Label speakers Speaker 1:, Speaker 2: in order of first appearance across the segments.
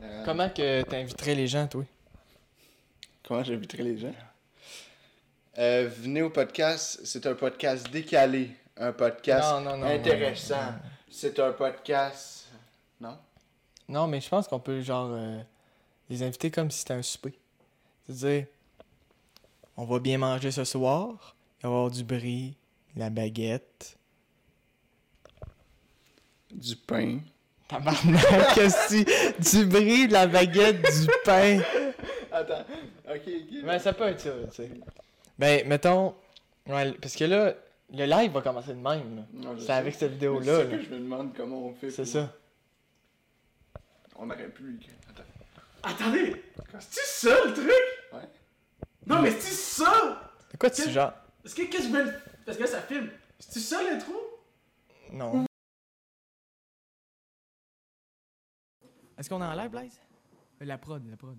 Speaker 1: Euh,
Speaker 2: Comment que t'inviterais les gens, toi?
Speaker 1: Comment j'inviterai les gens? Euh, venez au podcast. C'est un podcast décalé. Un podcast
Speaker 2: Non, non, non,
Speaker 1: intéressant. C'est un podcast. Non?
Speaker 2: Non, mais je pense qu'on peut, genre, euh, les inviter comme si c'était un souper. C'est-à-dire, on va bien manger ce soir, il va y avoir du brie, la baguette.
Speaker 1: Du pain.
Speaker 2: Tabarnak, qu'est-ce que tu- Du brie, de la baguette, du pain.
Speaker 1: Attends. Ok, ok.
Speaker 2: Ben, ça peut être ça, tu sais. Ben, mettons. Ouais, parce que là, le live va commencer de même. là.
Speaker 1: Non, je
Speaker 2: C'est
Speaker 1: sais.
Speaker 2: avec cette
Speaker 1: Mais
Speaker 2: vidéo-là.
Speaker 1: C'est ça
Speaker 2: là.
Speaker 1: que je me demande comment on fait.
Speaker 2: C'est
Speaker 1: pour-
Speaker 2: ça.
Speaker 1: On aurait pu. Attends.
Speaker 3: Attendez! C'est-tu ça le truc?
Speaker 1: Ouais.
Speaker 3: Non, mais c'est-tu ça?
Speaker 2: De quoi tu genre
Speaker 3: Est-ce que qu'est-ce que je veux. Parce que là, ça filme. C'est-tu ça le trou?
Speaker 2: Non. Est-ce qu'on est en live, Blaise
Speaker 4: Euh, La prod, la prod.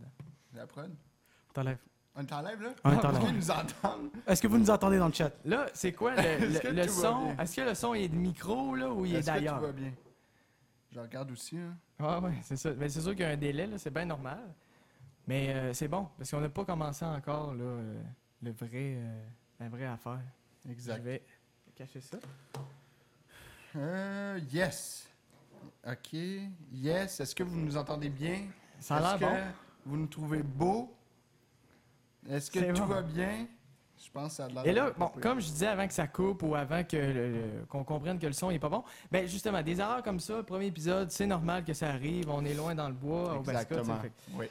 Speaker 1: La prod?
Speaker 4: T'enlèves.
Speaker 1: On t'enlève là?
Speaker 4: On est en
Speaker 1: Parce
Speaker 4: live.
Speaker 1: qu'ils nous entendent.
Speaker 4: Est-ce que vous nous entendez dans le chat? Là, c'est quoi le,
Speaker 1: Est-ce
Speaker 4: le-
Speaker 1: que
Speaker 4: le
Speaker 1: tout va
Speaker 4: son?
Speaker 1: bien?
Speaker 4: Est-ce que le son est de micro là ou il est,
Speaker 1: Est-ce que tout
Speaker 4: d'ailleurs?
Speaker 1: va bien? Je regarde aussi. Hein.
Speaker 4: Ouais, ouais, c'est ça. Mais c'est sûr qu'il y a un délai, là, c'est bien normal. Mais euh, c'est bon, parce qu'on n'a pas commencé encore là, euh, le vrai, euh, la vraie affaire. Je
Speaker 1: Exact.
Speaker 4: vais cacher ça.
Speaker 1: Euh, yes. OK. Yes. Est-ce que vous nous entendez bien?
Speaker 4: Ça a l'air
Speaker 1: Est-ce que
Speaker 4: bon.
Speaker 1: Vous nous trouvez beau? Est-ce que
Speaker 4: C'est
Speaker 1: tout
Speaker 4: bon.
Speaker 1: va bien? Je pense que ça a l'air.
Speaker 4: Et là,
Speaker 1: d'être
Speaker 4: bon,
Speaker 1: pas pire.
Speaker 4: comme je disais avant que ça coupe ou avant que le- le- qu'on comprenne que le son est pas bon, ben justement, des erreurs comme ça, premier épisode, c'est normal que ça arrive. On est loin dans le bois, au Basca, tu sais,
Speaker 1: Exactement.
Speaker 4: fait que-
Speaker 1: Oui.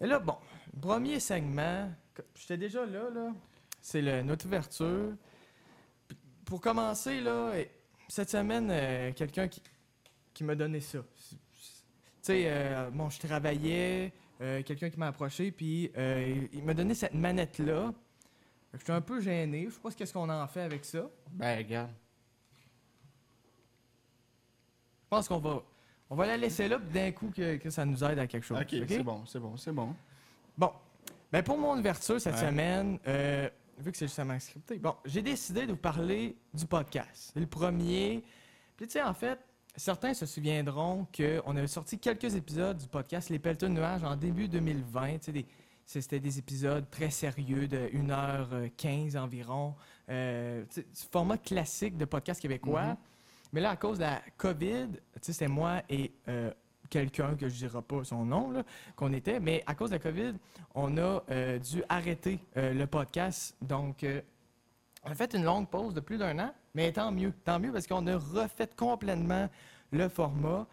Speaker 4: Et là, bon, premier segment, co- j'étais déjà là, là, c'est le- notre ouverture. P- Pour commencer, là, et- cette semaine, euh, quelqu'un qui, qui m'a donné ça. C'est- c'est- Tu sais, euh, bon, je travaillais, euh, quelqu'un qui m'a approché, puis euh, il, il m'a donné cette manette-là. Fait que J'étais un peu gêné, je sais pas ce qu'est-ce qu'on en fait avec ça.
Speaker 1: Ben, regarde.
Speaker 4: Je pense qu'on va, on va la laisser là, puis d'un coup que, que ça nous aide à quelque chose.
Speaker 1: OK,
Speaker 4: ok?
Speaker 1: c'est bon, c'est bon, c'est bon.
Speaker 4: Bon. Ben pour mon ouverture cette
Speaker 1: Ouais.
Speaker 4: semaine, euh, vu que c'est justement scripté, bon, j'ai décidé de vous parler du podcast. C'est le premier. Puis tu sais, en fait, certains se souviendront qu'on avait sorti quelques épisodes du podcast Les Pelleteux de Nuages en début 2020. Tu sais, des- c'est- C'était des épisodes très sérieux de 1h15 environ. Euh, tu sais, du format classique de podcast québécois. Mais là, à cause de la COVID, tu sais, c'était moi et euh, quelqu'un que je dirai pas son nom, là, qu'on était. Mais à cause de la COVID, on a euh, dû arrêter euh, le podcast. Donc, euh, on a fait une longue pause de plus d'un an, mais tant mieux. Tant mieux parce qu'on a refait complètement le format.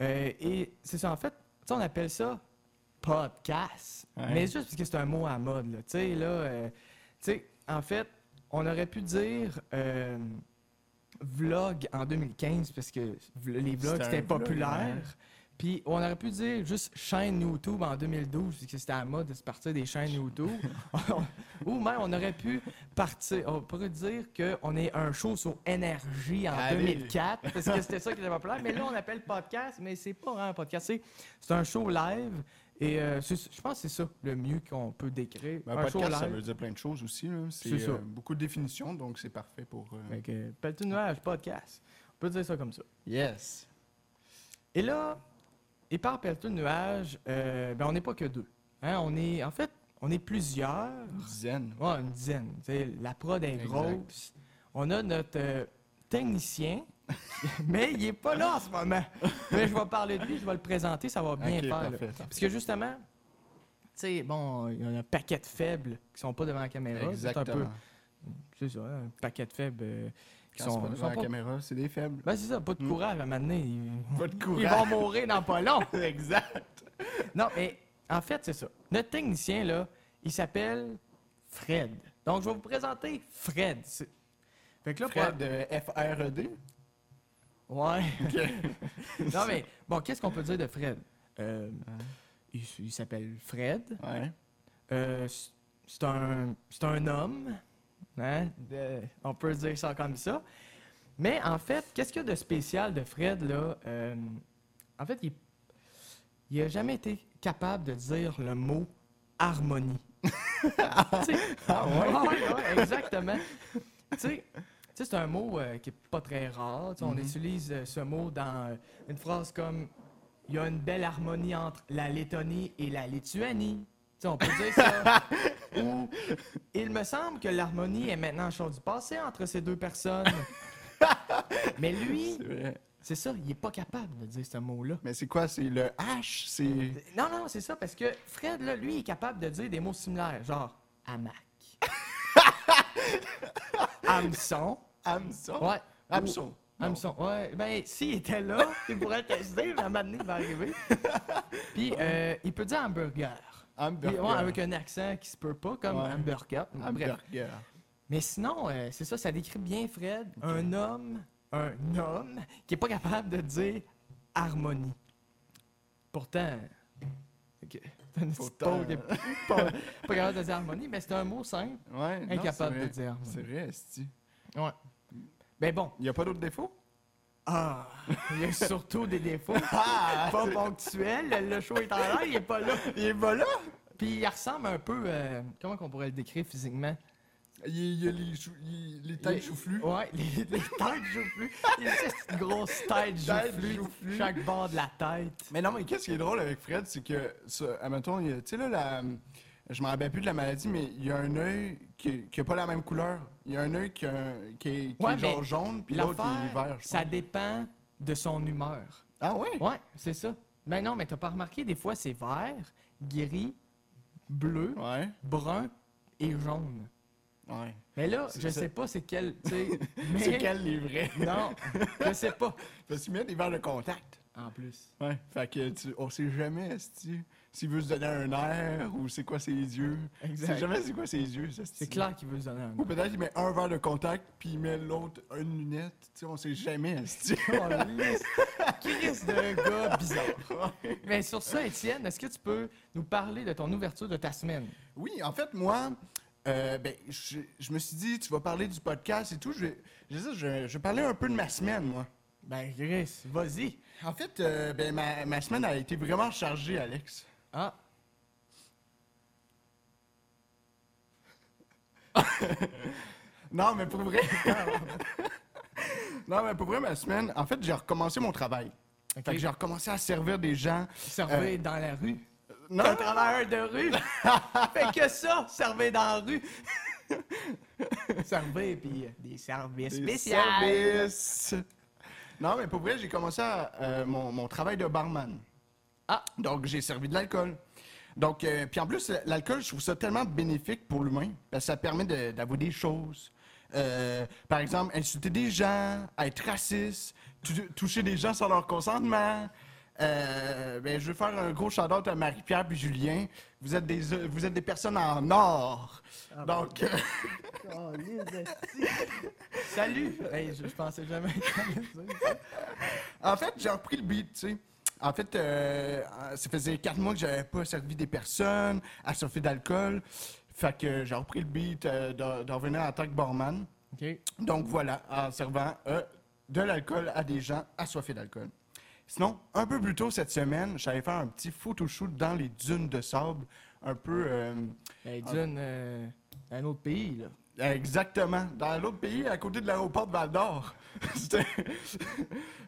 Speaker 4: Euh, et c'est ça, en fait, tu sais, on appelle ça podcast.
Speaker 1: Ouais.
Speaker 4: Mais juste parce que c'est un mot à mode, là. Tu sais, là, euh, tu sais, en fait, on aurait pu dire... euh, vlog en 2015 parce que vl- les
Speaker 1: C'était
Speaker 4: vlogs
Speaker 1: un
Speaker 4: c'était
Speaker 1: vlog,
Speaker 4: populaire.
Speaker 1: ouais.
Speaker 4: Puis on aurait pu dire juste chaîne YouTube en 2012 parce que c'était à la mode de se partir des chaînes YouTube. Ou même on aurait pu partir, on pourrait dire qu'on est un show sur énergie en
Speaker 1: Allez.
Speaker 4: 2004 parce que c'était ça qui était populaire. Mais là on appelle podcast, mais c'est pas vraiment un podcast, c'est c'est un show live. Et euh, c'est- je pense que c'est ça le mieux qu'on peut décrire.
Speaker 1: Ben, un
Speaker 4: show
Speaker 1: podcast, ça
Speaker 4: live.
Speaker 1: veut dire plein de choses aussi. là. C'est
Speaker 4: C'est ça.
Speaker 1: euh, beaucoup de définitions, donc c'est parfait pour. euh,
Speaker 4: Fait que, Pelletu de nuage, podcast. On peut dire ça comme ça.
Speaker 1: Yes.
Speaker 4: Et là, et par Pelletou de nuage, euh, ben on n'est pas que deux. Hein, on est, en fait, on est plusieurs.
Speaker 1: Dizaine.
Speaker 4: Ouais, une dizaine. Tu sais, la prod est
Speaker 1: Exact.
Speaker 4: grosse. On a notre euh, technicien, mais il n'est pas là en ce moment. Mais je vais parler de lui, je vais le présenter, ça va bien
Speaker 1: Ok,
Speaker 4: faire. là.
Speaker 1: parfait,
Speaker 4: Parce que justement, tu sais, bon, il y a un paquet de faibles qui sont pas devant la caméra. C'est un peu,
Speaker 1: Exactement.
Speaker 4: c'est ça, hein, un paquet de faibles euh, qui
Speaker 1: Quand
Speaker 4: sont,
Speaker 1: c'est pas
Speaker 4: sont
Speaker 1: devant la
Speaker 4: pas-
Speaker 1: caméra, Hmm. c'est des faibles.
Speaker 4: Ben, c'est ça, pas de courage à un moment donné. Ils-
Speaker 1: Pas de
Speaker 4: Ils
Speaker 1: courage.
Speaker 4: vont mourir dans pas long.
Speaker 1: exact.
Speaker 4: Non, mais en fait, c'est ça. Notre technicien, là, il s'appelle Fred. Donc, je vais vous présenter Fred. C'est- Fait que là, pour-
Speaker 1: Fred euh, de FRED.
Speaker 4: Ouais. non, mais bon, qu'est-ce qu'on peut dire de Fred? Euh, Il, s- il s'appelle Fred.
Speaker 1: Ouais.
Speaker 4: Euh, s- c'est un, c'est un homme. Hein? De- on peut dire ça comme ça. Mais en fait, qu'est-ce qu'il y a de spécial de Fred, là? Euh, en fait, il, il a jamais été capable de dire le mot harmonie. Tu sais, ouais, ouais, exactement. Tu sais, tu sais, c'est un mot euh, qui est pas très rare. Tu sais, On utilise euh, ce mot dans euh, une phrase comme il y a une belle harmonie entre la Lettonie et la Lituanie. Tu sais, on peut dire ça. Ou, il me semble que l'harmonie est maintenant chose du passé entre ces deux personnes. Mais lui, c'est ça, il est pas capable de dire ce mot-là.
Speaker 1: Mais c'est quoi? C'est le H? C'est.
Speaker 4: Non, non, c'est ça, parce que Fred, là, lui, il est capable de dire des mots similaires, genre hamac, hameçon,
Speaker 1: Hamson?
Speaker 4: ouais,
Speaker 1: Hamson.
Speaker 4: ou- hameçon, ouais. Ben, s'il était là, il pourrait tester, mais à un moment donné, il va arriver. Puis, euh, il peut dire hamburger. Puis,
Speaker 1: Hamburger.
Speaker 4: ouais, avec un accent qui se peut pas, comme
Speaker 1: Ouais.
Speaker 4: hamburger. Bref.
Speaker 1: Hamburger.
Speaker 4: Mais sinon, euh, c'est ça, ça décrit bien Fred, un homme, un homme qui est pas capable de dire harmonie. Pourtant, ok, c'est un petit
Speaker 1: Pourtant.
Speaker 4: pauvre qui est pas, pas capable de dire harmonie, mais c'est un mot simple,
Speaker 1: Ouais, non,
Speaker 4: incapable
Speaker 1: c'est
Speaker 4: de
Speaker 1: vrai.
Speaker 4: dire
Speaker 1: C'est
Speaker 4: harmonie.
Speaker 1: vrai, Esti.
Speaker 4: Ouais. Mais Ben bon,
Speaker 1: Il n'y a pas d'autres défauts?
Speaker 4: ah, il y a surtout des défauts.
Speaker 1: Ah.
Speaker 4: pas ponctuel, le show est en l'air, il est pas là.
Speaker 1: Il est pas là!
Speaker 4: Puis il ressemble un peu, euh, comment qu'on pourrait le décrire physiquement?
Speaker 1: Il, il a les, chou- il- les têtes
Speaker 4: Les-
Speaker 1: chouflues.
Speaker 4: Ouais, les, les têtes joufflues. Il y a juste une grosse tête
Speaker 1: Tête
Speaker 4: joufflue,
Speaker 1: joufflue.
Speaker 4: chaque bord de la tête.
Speaker 1: Mais non, mais qu'est-ce qui est drôle avec Fred, c'est que, ça, admettons, il y a- tu sais, là, la- je m'en rappelle plus de la maladie, mais il y a un œil qui n'a pas la même couleur. Il y a un œil qui, a un- qui est, qui
Speaker 4: Ouais,
Speaker 1: est genre
Speaker 4: mais
Speaker 1: jaune, puis l'autre qui est
Speaker 4: L'affaire,
Speaker 1: vert. je
Speaker 4: ça
Speaker 1: pense.
Speaker 4: dépend de son humeur.
Speaker 1: Ah ouais?
Speaker 4: Ouais, c'est ça. Mais non, mais t'as pas remarqué, des fois c'est vert, gris, bleu,
Speaker 1: Ouais.
Speaker 4: brun et jaune.
Speaker 1: Ouais.
Speaker 4: Mais là,
Speaker 1: C'est
Speaker 4: je
Speaker 1: ça.
Speaker 4: sais pas c'est quel, tu sais, mais-
Speaker 1: C'est quel les vrais?
Speaker 4: Non, je sais pas.
Speaker 1: Parce qu'il met des verres de contact.
Speaker 3: En plus.
Speaker 1: Ouais. Fait que tu, on sait jamais, Esti. S'il veut se donner un air ou c'est quoi ses yeux.
Speaker 4: Exact.
Speaker 1: On sait jamais c'est Oh, quoi ses yeux, esti.
Speaker 4: C'est clair qu'il veut se donner un
Speaker 1: Ou peut-être il met un verre de contact, puis il met l'autre une lunette. Tu sais, on sait jamais, esti.
Speaker 4: Chris de gars bizarre. Mais sur ça, Étienne, est-ce que tu peux nous parler de ton ouverture de ta semaine?
Speaker 1: Oui, en fait, moi, euh, ben, je, je me suis dit, tu vas parler du podcast et tout. Je vais, je, vais- je vais- je vais parler un peu de ma semaine, moi.
Speaker 4: Ben, Chris, vas-y.
Speaker 1: En fait, euh, ben, ma, ma semaine a été vraiment chargée, Alex.
Speaker 4: Ah.
Speaker 1: Non, mais pour vrai. non, mais pour vrai, ma semaine, en fait, j'ai recommencé mon travail. Fait que j'ai recommencé à servir des gens.
Speaker 4: Servez
Speaker 1: Euh,
Speaker 4: dans la rue.
Speaker 1: Non,
Speaker 4: Un travailleur de rue. fait que ça, servez dans la rue. servez, puis euh, des services
Speaker 1: des
Speaker 4: spéciaux.
Speaker 1: services. Non, mais pour vrai, j'ai commencé à, euh, mon, mon travail de barman.
Speaker 4: Ah.
Speaker 1: Donc, j'ai servi de l'alcool. Donc, euh, puis en plus, l'alcool, je trouve ça tellement bénéfique pour l'humain, parce que ça permet de- d'avouer des choses. Euh, par exemple, insulter des gens, être raciste, tou- toucher des gens sans leur consentement. Euh, ben, je veux faire un gros shout-out à Marie-Pierre puis Julien. Vous êtes des, vous êtes des personnes en or. Donc, euh,
Speaker 4: Salut. Hey, je, je pensais jamais.
Speaker 1: En fait, j'ai repris le beat, tu sais. En fait, euh, ça faisait quatre mois que j'avais pas servi des personnes, à surfer d'alcool. Fait que j'ai repris le beat euh, d'en d'en revenir en tant que barman.
Speaker 4: OK.
Speaker 1: Donc voilà, en servant euh, de l'alcool à des gens assoiffés d'alcool. Sinon, un peu plus tôt cette semaine, j'allais faire un petit photoshoot dans les dunes de sable, un peu euh,
Speaker 4: Ben, d'une, euh, un autre pays, là.
Speaker 1: exactement dans l'autre pays, à côté de l'aéroport de Val d'Or. C'était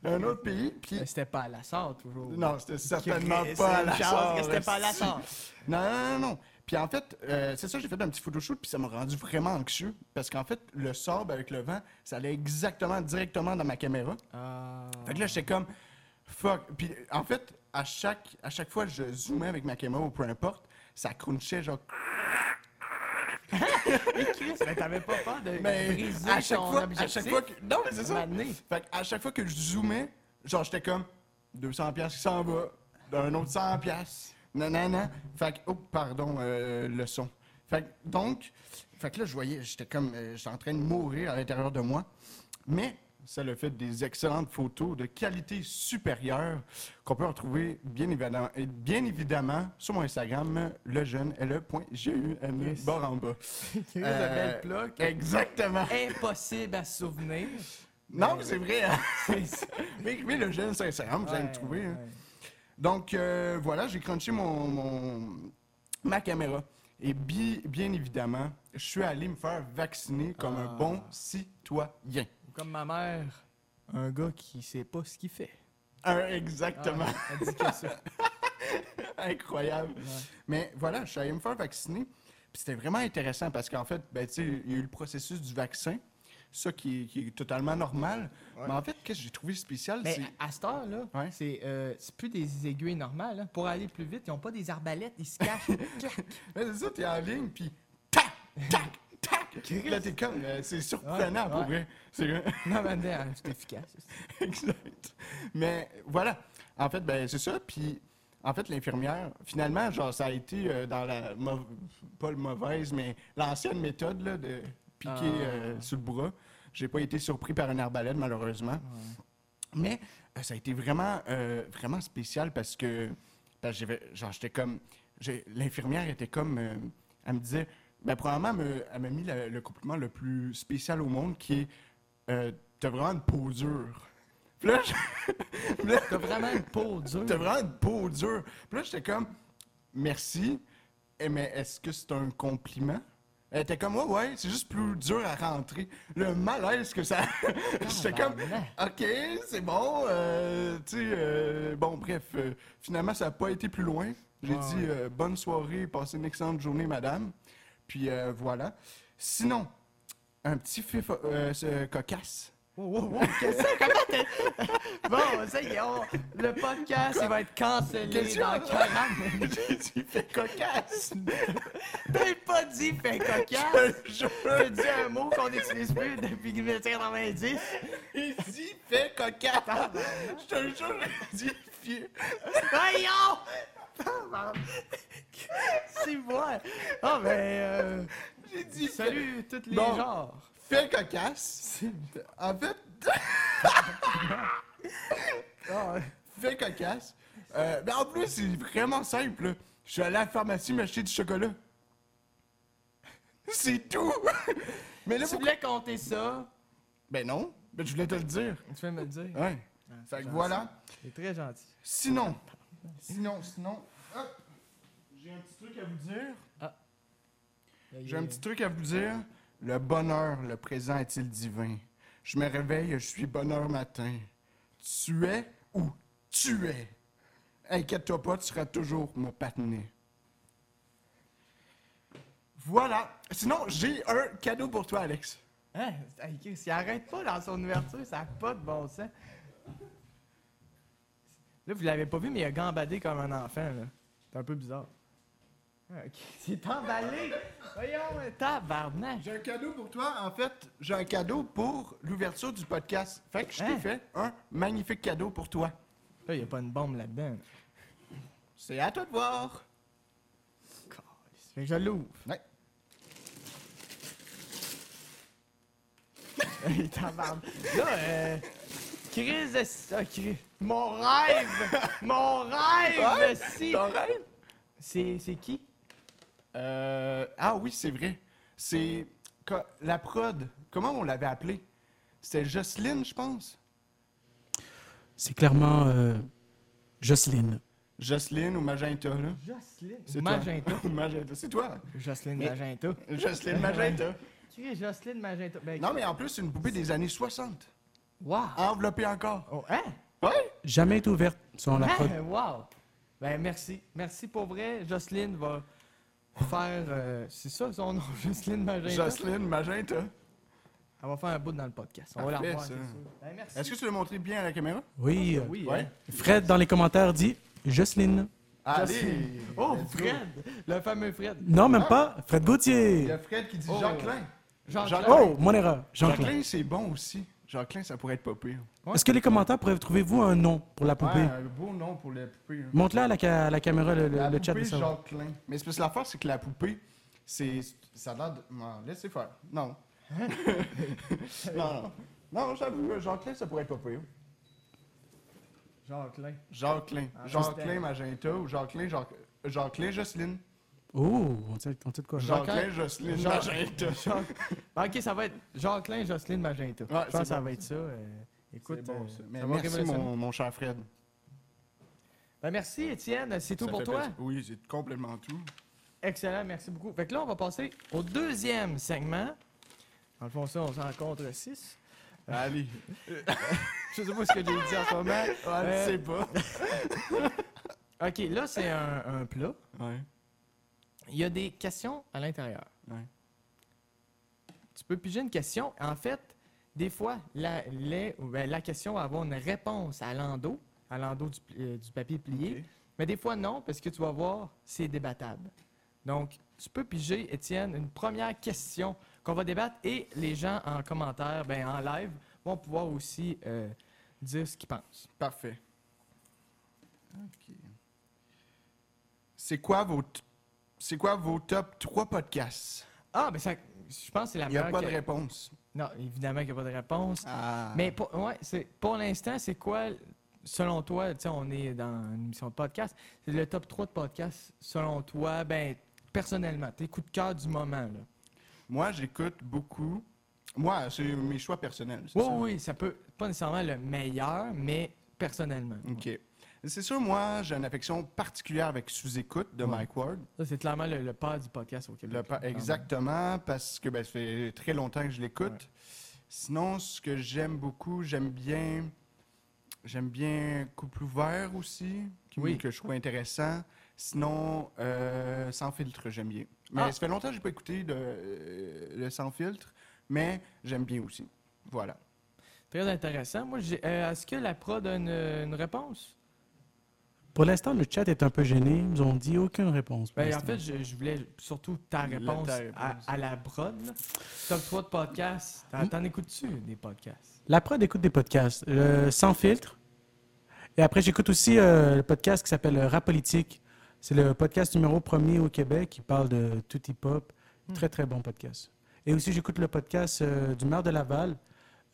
Speaker 1: un autre pays. Puis
Speaker 4: Ben, C'était pas à la sorte, toujours.
Speaker 1: Non, c'était certainement
Speaker 4: Chris,
Speaker 1: pas à
Speaker 4: une
Speaker 1: la
Speaker 4: chance
Speaker 1: Sarre,
Speaker 4: que c'était pas à la
Speaker 1: esti.
Speaker 4: Sarre.
Speaker 1: Non, non, non, non. Puis en fait, euh, c'est ça, j'ai fait un petit photoshoot, puis ça m'a rendu vraiment anxieux. Parce qu'en fait, le sable avec le vent, ça allait exactement, directement dans ma caméra.
Speaker 4: Ah.
Speaker 1: Fait que là, j'étais comme, fuck. Puis en fait, à chaque, à chaque fois que je zoomais avec ma caméra ou peu importe, ça crunchait genre.
Speaker 4: Chris, mais t'avais pas peur de
Speaker 1: Mais
Speaker 4: briser
Speaker 1: à chaque
Speaker 4: ton
Speaker 1: fois, à
Speaker 4: objectif?
Speaker 1: chaque fois que. Non, mais c'est
Speaker 4: À un
Speaker 1: ça.
Speaker 4: moment donné.
Speaker 1: Fait que à chaque fois que je zoomais, genre j'étais comme 200 pièces qui s'en va, un autre 100 pièces. Non non non. Fait que oh pardon euh, le son. Fait que donc fait que là je voyais j'étais comme euh, j'étais en train de mourir à l'intérieur de moi. Mais ça le fait des excellentes photos de qualité supérieure qu'on peut retrouver bien évidemment, et bien évidemment sur mon Instagram E lejeune.le.jeune E, barre en bas.
Speaker 4: Chris,
Speaker 1: Euh,
Speaker 4: belle plug.
Speaker 1: Exactement.
Speaker 4: Impossible à se souvenir.
Speaker 1: Non, mais c'est vrai. hein. mais écrivez le jeune sincèrement, vous allez me trouver. hein. Donc, euh, voilà, j'ai crunché mon, mon- ma caméra. Et bi- bien évidemment, je suis allé me faire vacciner comme
Speaker 4: Ah.
Speaker 1: un bon citoyen.
Speaker 4: Comme ma mère, un gars qui sait pas ce qu'il fait.
Speaker 1: Un exactement.
Speaker 4: Ah, elle dit que ça.
Speaker 1: Incroyable.
Speaker 4: Ah. Ouais.
Speaker 1: Mais voilà, je suis allé me faire vacciner. Puis c'était vraiment intéressant parce qu'en fait, ben, tu sais, il y a eu le processus du vaccin, ça qui, est- qui est totalement normal. Mais en fait, qu'est-ce que j'ai trouvé spécial,
Speaker 4: Mais
Speaker 1: c'est.
Speaker 4: à cette heure-là,
Speaker 1: Ouais.
Speaker 4: c'est euh, c'est plus des aiguilles normales. hein. Pour aller plus vite, ils n'ont pas des arbalètes, ils se cachent. Clac.
Speaker 1: Ben, c'est ça, t'es en ligne, puis tac, tac, tac. Là, t'es comme. euh, c'est surprenant
Speaker 4: Ouais,
Speaker 1: pour
Speaker 4: ouais.
Speaker 1: vrai. C'est
Speaker 4: non, mais attends, c'est efficace.
Speaker 1: exact. Mais voilà. En fait, ben, c'est ça. Puis, en fait, l'infirmière, finalement, genre, ça a été euh, dans la. mau- Pas le mauvaise, mais l'ancienne méthode, là, de piquer
Speaker 4: Ah.
Speaker 1: euh, sur le bras. J'ai pas été surpris par une arbalète, malheureusement. Mais euh, ça a été vraiment, euh, vraiment spécial parce que, parce que j'avais- genre, j'étais comme. j'ai- L'infirmière était comme. euh, elle me disait. Ben, probablement, elle me- elle m'a mis la- le compliment le plus spécial au monde qui est. euh, T'as vraiment une peau dure. Puis là, je- puis là,
Speaker 4: T'as vraiment une peau
Speaker 1: T'as
Speaker 4: dure.
Speaker 1: vraiment une peau dure. Puis là, j'étais comme, merci, Eh, mais est-ce que c'est un compliment? Elle était comme, ouais, ouais, c'est juste plus dur à rentrer. Le malaise que ça. j'étais comme, ok, c'est bon, euh, tu sais, euh, bon, bref, euh, finalement, ça n'a pas été plus loin. J'ai dit, euh, bonne soirée, passez une excellente journée, madame. Puis euh, voilà. Sinon, un petit fif euh, ce- cocasse.
Speaker 4: Wow, wow, wow, qu'est-ce que c'est? Comment t'es- Bon, ça y est, on- le podcast, il va être cancellé
Speaker 1: Qu'est-ce que-
Speaker 4: dans 40 minutes.
Speaker 1: J'ai dit, fait cocasse!
Speaker 4: T'as pas dit fait cocasse!
Speaker 1: Je te jure.
Speaker 4: T'as dit un mot qu'on n'utilise plus depuis 1990.
Speaker 1: Il dit fait cocasse. Je te le jure, il dit fier.
Speaker 4: Voyons! C'est moi! Ah, ben, euh,
Speaker 1: J'ai dit
Speaker 4: salut tous les
Speaker 1: Bon.
Speaker 4: genres!
Speaker 1: fait cocasse. En fait,
Speaker 4: Ah,
Speaker 1: fait cocasse. Euh, mais en plus, c'est vraiment simple. là. Je suis allé à la pharmacie m'acheter du chocolat. C'est tout. Mais là,
Speaker 4: tu
Speaker 1: pourquoi-
Speaker 4: voulais compter ça?
Speaker 1: Ben non. Ben, je voulais te le dire.
Speaker 4: Tu veux me le dire?
Speaker 1: Ouais. Fait que voilà.
Speaker 4: C'est très gentil.
Speaker 1: Sinon, sinon, sinon, hop, j'ai un petit truc à vous dire. J'ai un petit truc à vous dire. Le bonheur, le présent est-il divin? Je me réveille, je suis bonheur matin. Tu es ou tu es? Inquiète-toi pas, tu seras toujours mon patiné. Voilà. Sinon, j'ai un cadeau pour toi, Alex.
Speaker 4: Hein? Hey, Chris, il arrête pas dans son ouverture, ça n'a pas de bon sens. Là, vous l'avez pas vu, mais il a gambadé comme un enfant, là. C'est un peu bizarre. Ah, ok, C'est emballé! Voyons, euh, tabarnak!
Speaker 1: J'ai un cadeau pour toi. En fait, j'ai un cadeau pour l'ouverture du podcast. Fait que je t'ai
Speaker 4: Hein?
Speaker 1: fait un magnifique cadeau pour toi.
Speaker 4: Là, il n'y a pas une bombe là-dedans. là.
Speaker 1: C'est à toi de voir.
Speaker 4: Calisse. Fait que je l'ouvre.
Speaker 1: Ouais.
Speaker 4: Hey, tabarnak. Là, euh, Chris, est- ah, Chris. Mon rêve! Mon rêve! si.
Speaker 1: Ton rêve?
Speaker 4: C'est c'est qui?
Speaker 1: Euh, ah oui, c'est vrai. C'est co- la prod. Comment on l'avait appelée? C'était Jocelyne, je pense.
Speaker 5: C'est clairement euh, Jocelyne.
Speaker 1: Jocelyne ou Magenta, là.
Speaker 4: Jocelyne.
Speaker 1: C'est toi.
Speaker 4: Magenta.
Speaker 1: Magenta, c'est toi.
Speaker 4: Jocelyne
Speaker 1: Mais-
Speaker 4: Magenta.
Speaker 1: Jocelyne Magenta.
Speaker 4: Chris, Jocelyne Magenta. Ben,
Speaker 1: Non, mais en plus, une poupée des années 60.
Speaker 4: Wow!
Speaker 1: Enveloppée encore.
Speaker 4: Oh, hein?
Speaker 1: Ouais?
Speaker 5: Jamais été ouverte, selon la prod.
Speaker 4: Hein? Wow! Ben, merci. Merci pour vrai. Jocelyne va faire. euh, c'est ça son nom, Jocelyne Magenta.
Speaker 1: Jocelyne Magenta.
Speaker 4: Elle va faire un bout dans le podcast. On va la
Speaker 1: Parfait,
Speaker 4: revoir,
Speaker 1: ça.
Speaker 4: c'est sûr. Ben, merci.
Speaker 1: Est-ce que tu l'as montré bien à la caméra?
Speaker 5: Oui. euh,
Speaker 4: Oui,
Speaker 1: Ouais.
Speaker 4: hein?
Speaker 5: Fred, dans les commentaires, dit Jocelyne.
Speaker 1: Allez!
Speaker 4: Oh,
Speaker 1: Let's go.
Speaker 4: Fred! Le fameux Fred.
Speaker 5: Non, même
Speaker 1: Ah.
Speaker 5: pas.
Speaker 1: Il
Speaker 5: Fred
Speaker 1: y
Speaker 5: Gauthier.
Speaker 1: a Fred qui dit
Speaker 4: Oh.
Speaker 1: Jacqueline.
Speaker 4: Jean-
Speaker 1: Jean-
Speaker 5: Oh, mon erreur. Jean-Claude.
Speaker 1: Jacqueline, c'est bon aussi. Jacqueline, ça pourrait être pas pire.
Speaker 5: Est-ce que les commentaires pourraient trouver-vous un nom pour la
Speaker 1: Ouais,
Speaker 5: poupée
Speaker 1: un beau nom pour la poupée. hein.
Speaker 5: Montre-la à la, ca- à la caméra, le, le-
Speaker 1: La
Speaker 5: le chat de
Speaker 1: poupée
Speaker 5: ça.
Speaker 1: Jacqueline. Mais c'est parce que l'affaire, c'est que la poupée, c'est. Ça a l'air de. Non, laissez faire. Non. non, non. Non, j'avoue, euh, Jacqueline, ça pourrait être pas pire.
Speaker 4: Jean-Claude.
Speaker 1: Jacqueline. Jacqueline Magenta ou Jacqueline. Jacques- Jacqueline Jocelyne.
Speaker 5: Oh, on sait, on sait de quoi.
Speaker 1: Jacqueline Jocelyne
Speaker 4: Jean-
Speaker 1: Magenta.
Speaker 4: Jean- Ben, ok, ça va être Jacqueline, Jocelyne Magenta. je pense
Speaker 1: c'est
Speaker 4: que ça
Speaker 1: bon.
Speaker 4: va être ça. euh, écoute,
Speaker 1: C'est bon,
Speaker 4: euh,
Speaker 1: ça.
Speaker 4: ça
Speaker 1: Mais
Speaker 4: va
Speaker 1: merci,
Speaker 4: révolutionner.
Speaker 1: mon, mon cher Fred.
Speaker 4: Ben, merci, Étienne. C'est tout
Speaker 1: Ça
Speaker 4: pour
Speaker 1: fait
Speaker 4: toi.
Speaker 1: plaisir. Oui, c'est complètement tout.
Speaker 4: Excellent, merci beaucoup. Fait que là, on va passer au deuxième segment. Dans le fond, ça, on se rencontre 6.
Speaker 1: Allez.
Speaker 4: Je sais pas ce que j'ai dit en ce moment.
Speaker 1: Ouais,
Speaker 4: Euh,
Speaker 1: tu Ah, sais pas.
Speaker 4: OK, là, c'est un, un plat.
Speaker 1: Ouais.
Speaker 4: Il y a des questions à l'intérieur.
Speaker 1: Ouais.
Speaker 4: Tu peux piger une question. En fait, des fois, la, les- ou ben, la question va avoir une réponse à l'endos, à l'endos du, pli- euh, du papier plié.
Speaker 1: Ok.
Speaker 4: Mais des fois, non, parce que tu vas voir, c'est débattable. Donc, tu peux piger, Étienne, une première question qu'on va débattre et les gens en commentaire, ben, en live, vont pouvoir aussi euh, dire ce qu'ils pensent.
Speaker 1: Parfait. OK. C'est quoi vos t- c'est quoi vos top 3 podcasts?
Speaker 4: Ah, ben ça, je pense que c'est la
Speaker 1: Il n'y a
Speaker 4: meilleure
Speaker 1: pas
Speaker 4: que-
Speaker 1: de réponse.
Speaker 4: Non, évidemment qu'il n'y a pas de réponse.
Speaker 1: Ah.
Speaker 4: Mais pour, ouais, c'est, pour l'instant, c'est quoi, selon toi, tu sais, on est dans une émission de podcast, c'est le top 3 de podcast, selon toi, ben, personnellement, tes coups de cœur du moment, là.
Speaker 1: Moi, j'écoute beaucoup. Moi, c'est mes choix personnels. c'est
Speaker 4: Oui,
Speaker 1: ça?
Speaker 4: oui, ça peut, pas nécessairement le meilleur, mais personnellement.
Speaker 1: OK. C'est sûr, moi, j'ai une affection particulière avec Sous-écoute de Mike Ward.
Speaker 4: Ça, c'est clairement le, le père du podcast au Québec.
Speaker 1: Le pa-
Speaker 4: là, quand
Speaker 1: exactement, parce que ben, ça fait très longtemps que je l'écoute. Sinon, ce que j'aime beaucoup, j'aime bien. J'aime bien Couple ouvert aussi, qui-
Speaker 4: Oui.
Speaker 1: que je trouve intéressant. Sinon, euh, Sans filtre, j'aime bien. Mais
Speaker 4: Ah.
Speaker 1: ça fait longtemps que je n'ai pas écouté de, euh, le Sans filtre, mais j'aime bien aussi. Voilà.
Speaker 4: même. Très intéressant. Moi, j'ai, euh, est-ce que la prod a une, une réponse?
Speaker 5: Pour l'instant, le chat est un peu gêné. Ils nous ont dit aucune réponse. pour
Speaker 4: Ben, en
Speaker 5: l'instant.
Speaker 4: fait, je, je voulais surtout ta
Speaker 1: Le-
Speaker 4: réponse,
Speaker 1: ta
Speaker 4: à-
Speaker 1: réponse. Hmm?
Speaker 4: À, la prod. là. Top 3 de podcast. T'en, t'en écoutes-tu des podcasts?
Speaker 5: La prod écoute des podcasts euh, sans filtre. Et après, j'écoute aussi euh, le podcast qui s'appelle euh, Rap Politique. C'est le podcast numéro premier au Québec qui parle de tout hip-hop.
Speaker 4: Hmm.
Speaker 5: Très, très bon podcast. Et aussi, j'écoute le podcast euh, du maire de Laval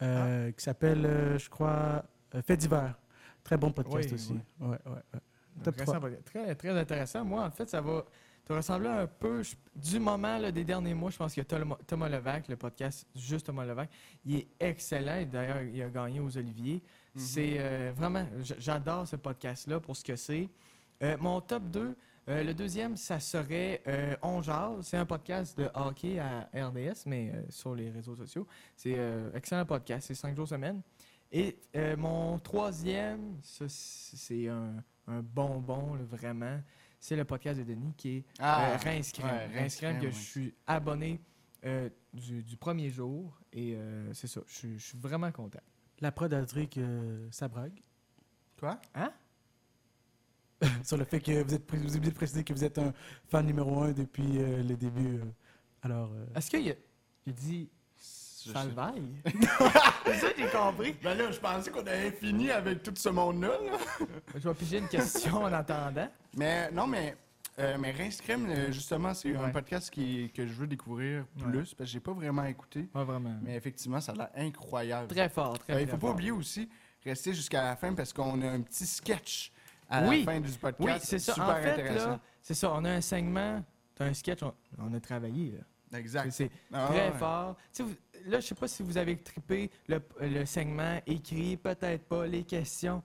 Speaker 4: Ah.
Speaker 5: euh, qui s'appelle, euh, je crois, euh, Fait d'hiver. Très bon podcast
Speaker 4: Oui,
Speaker 5: aussi.
Speaker 4: oui.
Speaker 5: Ouais, ouais, ouais. Top
Speaker 4: Intéressant podcast. Très, très intéressant. Moi, en fait, ça va te ressembler un peu je- du moment là, des derniers mois. Je pense que Tol- Thomas Levac, le podcast juste Thomas Levac, il est excellent. Et D'ailleurs, il a gagné aux Oliviers. C'est euh, vraiment, j- j'adore ce podcast-là pour ce que c'est. Euh, mon top 2, euh, le deuxième, ça serait euh, On Jase. C'est un podcast de hockey à RDS, mais euh, sur les réseaux sociaux. C'est euh, excellent podcast, c'est cinq jours semaine. Et euh, mon troisième, ça, c- c'est un, un bonbon, là, vraiment, c'est le podcast de Denis qui est euh, Rince Crème.
Speaker 1: Ah, ouais,
Speaker 4: Rince
Speaker 1: Rince
Speaker 4: Crème,
Speaker 1: Crème,
Speaker 4: que
Speaker 1: ouais.
Speaker 4: je suis abonné euh, du, du premier jour. Et euh, c'est ça, je suis- je suis vraiment content.
Speaker 5: La prod a dit que euh, ça brague
Speaker 1: Quoi?
Speaker 5: sur le fait que vous êtes, pré- vous êtes obligé de préciser que vous êtes un fan numéro un depuis euh, le début. euh. Alors, euh,
Speaker 4: Est-ce qu'il y a- il dit
Speaker 1: Je
Speaker 4: Salvaille? ça, j'ai compris.
Speaker 1: Ben là, je pensais qu'on avait fini avec tout ce monde-là. là.
Speaker 4: Je vais piger une question en attendant.
Speaker 1: Mais non, mais, euh, mais Rince Crème, euh, justement, c'est un
Speaker 4: Ouais.
Speaker 1: podcast qui, que je veux découvrir plus
Speaker 4: Ouais.
Speaker 1: parce que j'ai pas vraiment écouté.
Speaker 4: Pas vraiment.
Speaker 1: Mais effectivement, ça a l'air incroyable.
Speaker 4: Très fort, très,
Speaker 1: Euh, il
Speaker 4: très
Speaker 1: faut pas
Speaker 4: fort.
Speaker 1: oublier aussi, rester jusqu'à la fin parce qu'on a un petit sketch à
Speaker 4: Oui.
Speaker 1: la fin du podcast.
Speaker 4: Oui, c'est ça.
Speaker 1: Super
Speaker 4: en fait,
Speaker 1: intéressant.
Speaker 4: là, c'est ça. On a un segment, t'as un sketch, on, on a travaillé. là. C'est-
Speaker 1: Exact.
Speaker 4: C'est
Speaker 1: Ah,
Speaker 4: très
Speaker 1: ouais.
Speaker 4: fort. Tu sais, vous- là, je sais pas si vous avez trippé le, le segment écrit, peut-être pas, les questions.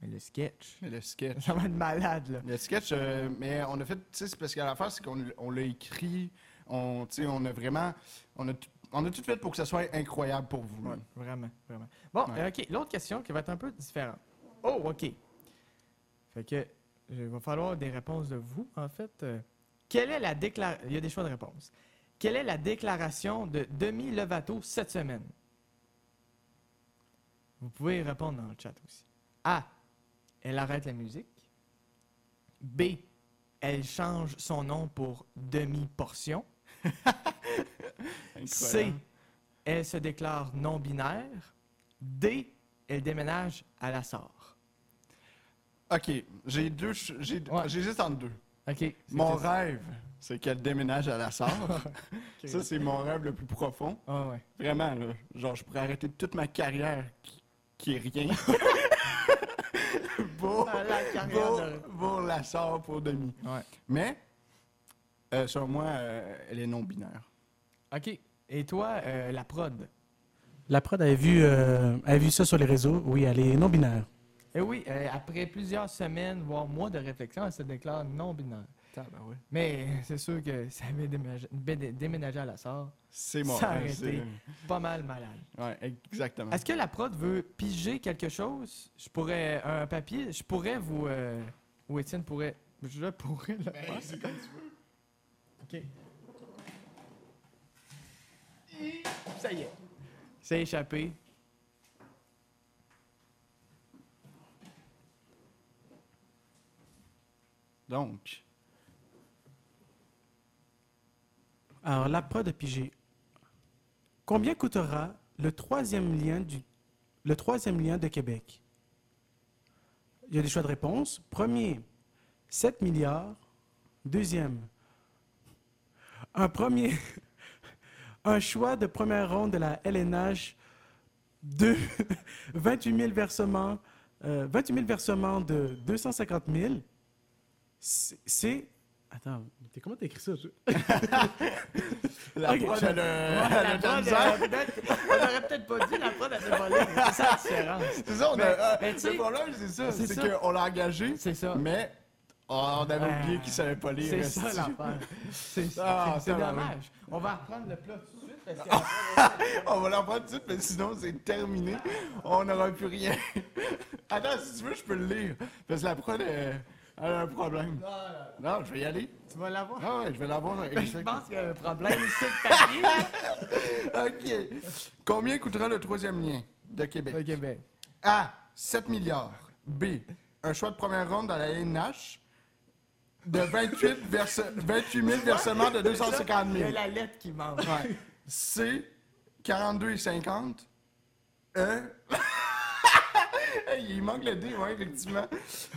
Speaker 4: Mais le sketch,
Speaker 1: Mais Le sketch.
Speaker 4: ça va être malade, là.
Speaker 1: Le sketch, euh, mais on a fait, tu sais, c'est parce qu'à l'affaire, c'est qu'on on l'a écrit, on, tu sais, on a vraiment, on a, tout- on a tout fait pour que ça soit incroyable pour vous. là.
Speaker 4: Vraiment, vraiment. Bon,
Speaker 1: Ouais.
Speaker 4: euh, OK. L'autre question qui va être un peu différente. Oh, OK. Fait que, euh, il va falloir des réponses de vous, en fait. Euh, quelle est la déclaration... Il y a des choix de réponses. Quelle est la déclaration de Demi Lovato cette semaine? Vous pouvez répondre dans le chat aussi. A. Elle arrête la musique. B. Elle change son nom pour demi-portion. C.
Speaker 1: Incroyable.
Speaker 4: Elle se déclare non-binaire. D. Elle déménage à la SAR.
Speaker 1: Ok, j'ai deux, ch- j'ai
Speaker 4: Ouais.
Speaker 1: j'ai juste entre deux.
Speaker 4: OK.
Speaker 1: Mon rêve, c'est qu'elle déménage à la Sarre. Ça, c'est mon rêve le plus profond.
Speaker 4: Ah ouais.
Speaker 1: Vraiment, là. Genre, je pourrais arrêter toute ma carrière qui, qui est rien. pour, pour, pour la Sarre, pour demi.
Speaker 4: Ouais.
Speaker 1: Mais, euh, sur moi, euh, elle est non-binaire.
Speaker 4: OK. Et toi, euh, la prod?
Speaker 5: la prod avait vu, euh, avait vu ça sur les réseaux. Oui, elle est non-binaire.
Speaker 4: Et oui, euh, après plusieurs semaines, voire mois de réflexion, elle se déclare non-binaire. ben Mais euh, c'est sûr que ça avait déménagé, bé- déménagé à la sort.
Speaker 1: C'est mort.
Speaker 4: Ça a
Speaker 1: hein,
Speaker 4: arrêté. Pas mal malade.
Speaker 1: c'est- Ouais, exactement.
Speaker 4: Est-ce que la prod veut piger quelque chose? Je pourrais, un papier, je pourrais vous... euh, ou Étienne pourrait... Je pourrais le faire. OK. Ça y est. C'est échappé.
Speaker 1: Donc,
Speaker 5: Alors, la prod de Pigé. Combien coûtera le troisième lien du le troisième lien de Québec? Il y a des choix de réponse. Premier, 7 milliards. Deuxième, un premier un choix de première ronde de la LNH. Deux, 28 000 versements, euh, 28 000 versements de 250 000. C'est- C'est... Attends, t'es- comment t'écris ça? je-
Speaker 1: la
Speaker 5: Ok.
Speaker 1: prod, elle a-
Speaker 4: Ouais,
Speaker 1: elle a
Speaker 4: la
Speaker 1: de
Speaker 4: prod,
Speaker 1: la misère.
Speaker 4: euh, peut-être- on aurait peut-être pas dit la prod à ce voler. C'est ça la différence.
Speaker 1: C'est ça, on a- euh,
Speaker 4: mais tu sais-
Speaker 1: le problème, c'est ça.
Speaker 4: c'est
Speaker 1: C'est
Speaker 4: ça.
Speaker 1: qu'on l'a engagé,
Speaker 4: C'est ça.
Speaker 1: mais oh, on avait
Speaker 4: Ah,
Speaker 1: oublié qu'il savait pas lire.
Speaker 4: C'est
Speaker 1: esti.
Speaker 4: ça l'affaire. C'est
Speaker 1: Ah,
Speaker 4: c'est- c'est
Speaker 1: tabarouette.
Speaker 4: dommage. On va reprendre le plat tout de suite parce que
Speaker 1: On va l'en prendre tout de suite, mais sinon, c'est terminé. On n'aura plus rien. Attends, si tu veux, je peux le lire. Parce que la prod, euh, elle a un problème. Non, je vais y aller.
Speaker 4: tu vas l'avoir. Ben,
Speaker 1: Ah ouais, je vais l'avoir.
Speaker 4: Je pense qu'il y a un problème ici de papier.
Speaker 1: OK. Combien coûtera le troisième lien de Québec?
Speaker 4: Au Québec.
Speaker 1: A. 7 milliards. B. Un choix de première ronde dans la LNH de 28, verse- 28 000 versements de 250
Speaker 4: Il y a
Speaker 1: 000.
Speaker 4: la lettre qui manque.
Speaker 1: Ouais. C. 42 et 50. E. Il manque le D, ouais, effectivement.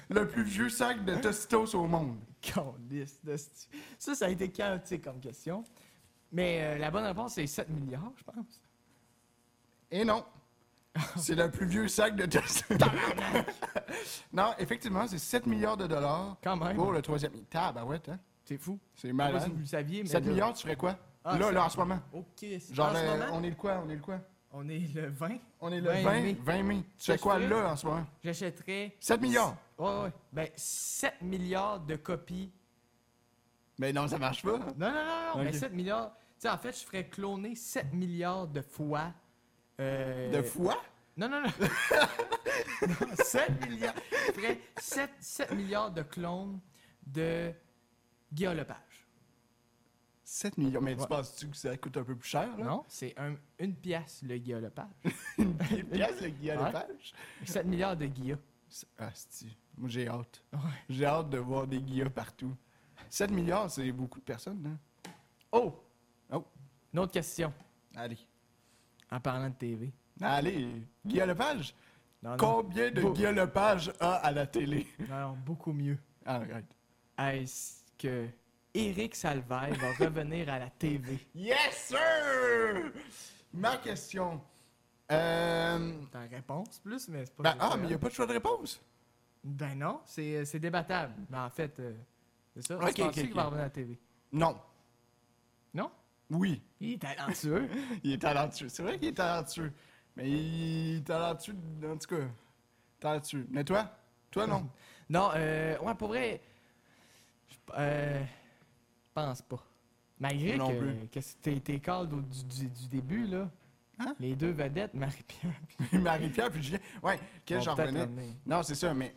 Speaker 1: Le plus vieux sac de Tostitos au monde.
Speaker 4: Câlisse de stu- Ça, ça a été chaotique comme question. Mais euh, la bonne réponse, c'est 7 milliards, je pense.
Speaker 1: Et non. C'est le plus vieux sac de Tostitos. non, effectivement, c'est 7 milliards de dollars
Speaker 4: Quand même.
Speaker 1: pour le troisième. Tabarouette, hein?
Speaker 4: C'est fou.
Speaker 1: C'est
Speaker 4: Je sais pas
Speaker 1: malade.
Speaker 4: si vous le saviez, mais.
Speaker 1: 7
Speaker 4: là-
Speaker 1: Ben, milliards, tu ferais quoi?
Speaker 4: Ah,
Speaker 1: là,
Speaker 4: ça-
Speaker 1: là, en ce moment.
Speaker 4: OK.
Speaker 1: Genre,
Speaker 4: en ce
Speaker 1: euh,
Speaker 4: moment,
Speaker 1: on est le quoi? On est le quoi?
Speaker 4: on est le 20.
Speaker 1: On est le
Speaker 4: 20
Speaker 1: 20, 20 mai.
Speaker 4: mai.
Speaker 1: Tu fais
Speaker 4: je
Speaker 1: quoi
Speaker 4: ferais-
Speaker 1: là en ce moment?
Speaker 4: J'achèterais.
Speaker 1: 7 milliards!
Speaker 4: Ouais, ouais. Ben, 7 milliards de copies.
Speaker 1: Mais Ben, non, ça marche
Speaker 4: Non,
Speaker 1: pas.
Speaker 4: non, non, non, mais
Speaker 1: Ok.
Speaker 4: 7 milliards. Tu sais, en fait, je ferais cloner 7 milliards de fois. euh,
Speaker 1: De fois?
Speaker 4: Non, non, non. Non, 7 milliards. Je ferais 7, 7 milliards de clones de Guillaume Lepage.
Speaker 1: 7 milliards. Mais tu
Speaker 4: Ouais.
Speaker 1: penses-tu que ça coûte un peu plus cher, là?
Speaker 4: Non, c'est un- une pièce, le Guillaume Lepage.
Speaker 1: Une pièce, le Guillaume
Speaker 4: Ouais.
Speaker 1: Lepage?
Speaker 4: 7 milliards de Guillaume.
Speaker 1: C'est- Asti. Moi, j'ai hâte. J'ai hâte de voir des Guilla partout. 7 milliards, c'est beaucoup de personnes, hein?
Speaker 4: Oh!
Speaker 1: Oh.
Speaker 4: Une autre question,
Speaker 1: Allez.
Speaker 4: en parlant de TV.
Speaker 1: Allez, Guillaume Lepage?
Speaker 4: Non, non,
Speaker 1: Combien de
Speaker 4: Beau.
Speaker 1: Guillaume Lepage a à la télé?
Speaker 4: non, non, beaucoup mieux.
Speaker 1: Ah, regarde.
Speaker 4: Est-ce que Éric Salvaille va revenir à la TV?
Speaker 1: Yes, sir! Ma question. Euh...
Speaker 4: Ta réponse plus, mais c'est pas...
Speaker 1: Ben, ah, mais il n'y a pas de choix de réponse.
Speaker 4: Ben non, c'est c'est débattable. Mais en fait, euh, c'est ça.
Speaker 1: Ok,
Speaker 4: tu penses
Speaker 1: ok,
Speaker 4: qu'il
Speaker 1: ok.
Speaker 4: va revenir à la TV?
Speaker 1: Non.
Speaker 4: Non?
Speaker 1: Oui.
Speaker 4: Il est talentueux.
Speaker 1: Il est talentueux. C'est vrai qu'il est talentueux. Mais il est talentueux, en tout cas. Talentueux. Mais toi? Toi, non.
Speaker 4: non, euh, ouais, pour vrai, je p- euh, pense pas. Malgré
Speaker 1: Non
Speaker 4: que,
Speaker 1: plus.
Speaker 4: que c'était t'es called au- du, du- du début, là.
Speaker 1: Hein?
Speaker 4: Les deux vedettes, Marie-Pierre.
Speaker 1: Marie-Pierre, puis Julien. Ouais, quel
Speaker 4: vont
Speaker 1: genre
Speaker 4: peut-être
Speaker 1: venait.
Speaker 4: revenir.
Speaker 1: Non, c'est ça, mais.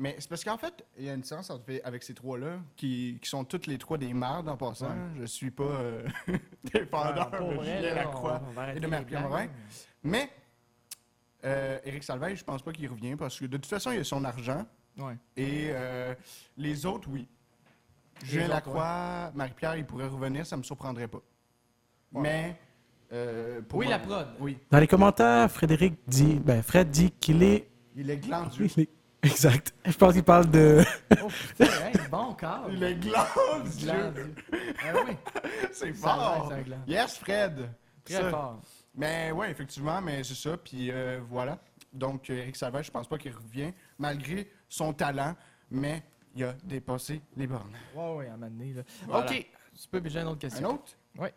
Speaker 1: Mais c'est parce qu'en fait, il y a une différence entre, avec ces trois-là, qui, qui sont toutes les trois des mardes en passant. Je suis pas euh,
Speaker 4: Alors,
Speaker 1: défendeur
Speaker 4: Ah, pour
Speaker 1: de
Speaker 4: vrai,
Speaker 1: Ah, Julien
Speaker 4: là,
Speaker 1: Lacroix
Speaker 4: on- on va arrêter
Speaker 1: et de
Speaker 4: les
Speaker 1: Marie-Pierre
Speaker 4: blagues,
Speaker 1: Morin.
Speaker 4: là,
Speaker 1: Mais euh, Éric Salveille, je pense pas qu'il revient parce que de toute façon, il a son argent.
Speaker 4: mais- Ouais.
Speaker 1: Et euh, les autres, oui. Julien
Speaker 4: autres,
Speaker 1: Lacroix, Marie-Pierre, il pourrait revenir, ça me surprendrait pas. Mais. euh, pour
Speaker 4: Oui,
Speaker 1: moi-
Speaker 4: la prod.
Speaker 1: Oui,
Speaker 5: Dans les commentaires, Frédéric dit, ben Fred dit qu'il est,
Speaker 1: il est glandu.
Speaker 5: il est- exact. Je pense qu'il parle de,
Speaker 4: Oh, putain, hey, bon corps.
Speaker 1: Il est glandu.
Speaker 4: Glandu. Ah oui,
Speaker 1: C'est
Speaker 4: Ça a l'air,
Speaker 1: fort.
Speaker 4: ça gland.
Speaker 1: Yes, Fred.
Speaker 4: très
Speaker 1: Ça.
Speaker 4: fort.
Speaker 1: Mais ouais, effectivement, mais c'est ça. Puis euh, voilà. Donc, euh, Éric Salveille, je pense pas qu'il revient, malgré son talent, mais il a dépassé les bornes.
Speaker 4: Ouais, ouais, à un moment donné, là.
Speaker 1: Voilà.
Speaker 4: OK, tu peux piger une autre
Speaker 1: Un
Speaker 4: question.
Speaker 1: autre? Ah.
Speaker 4: Oui.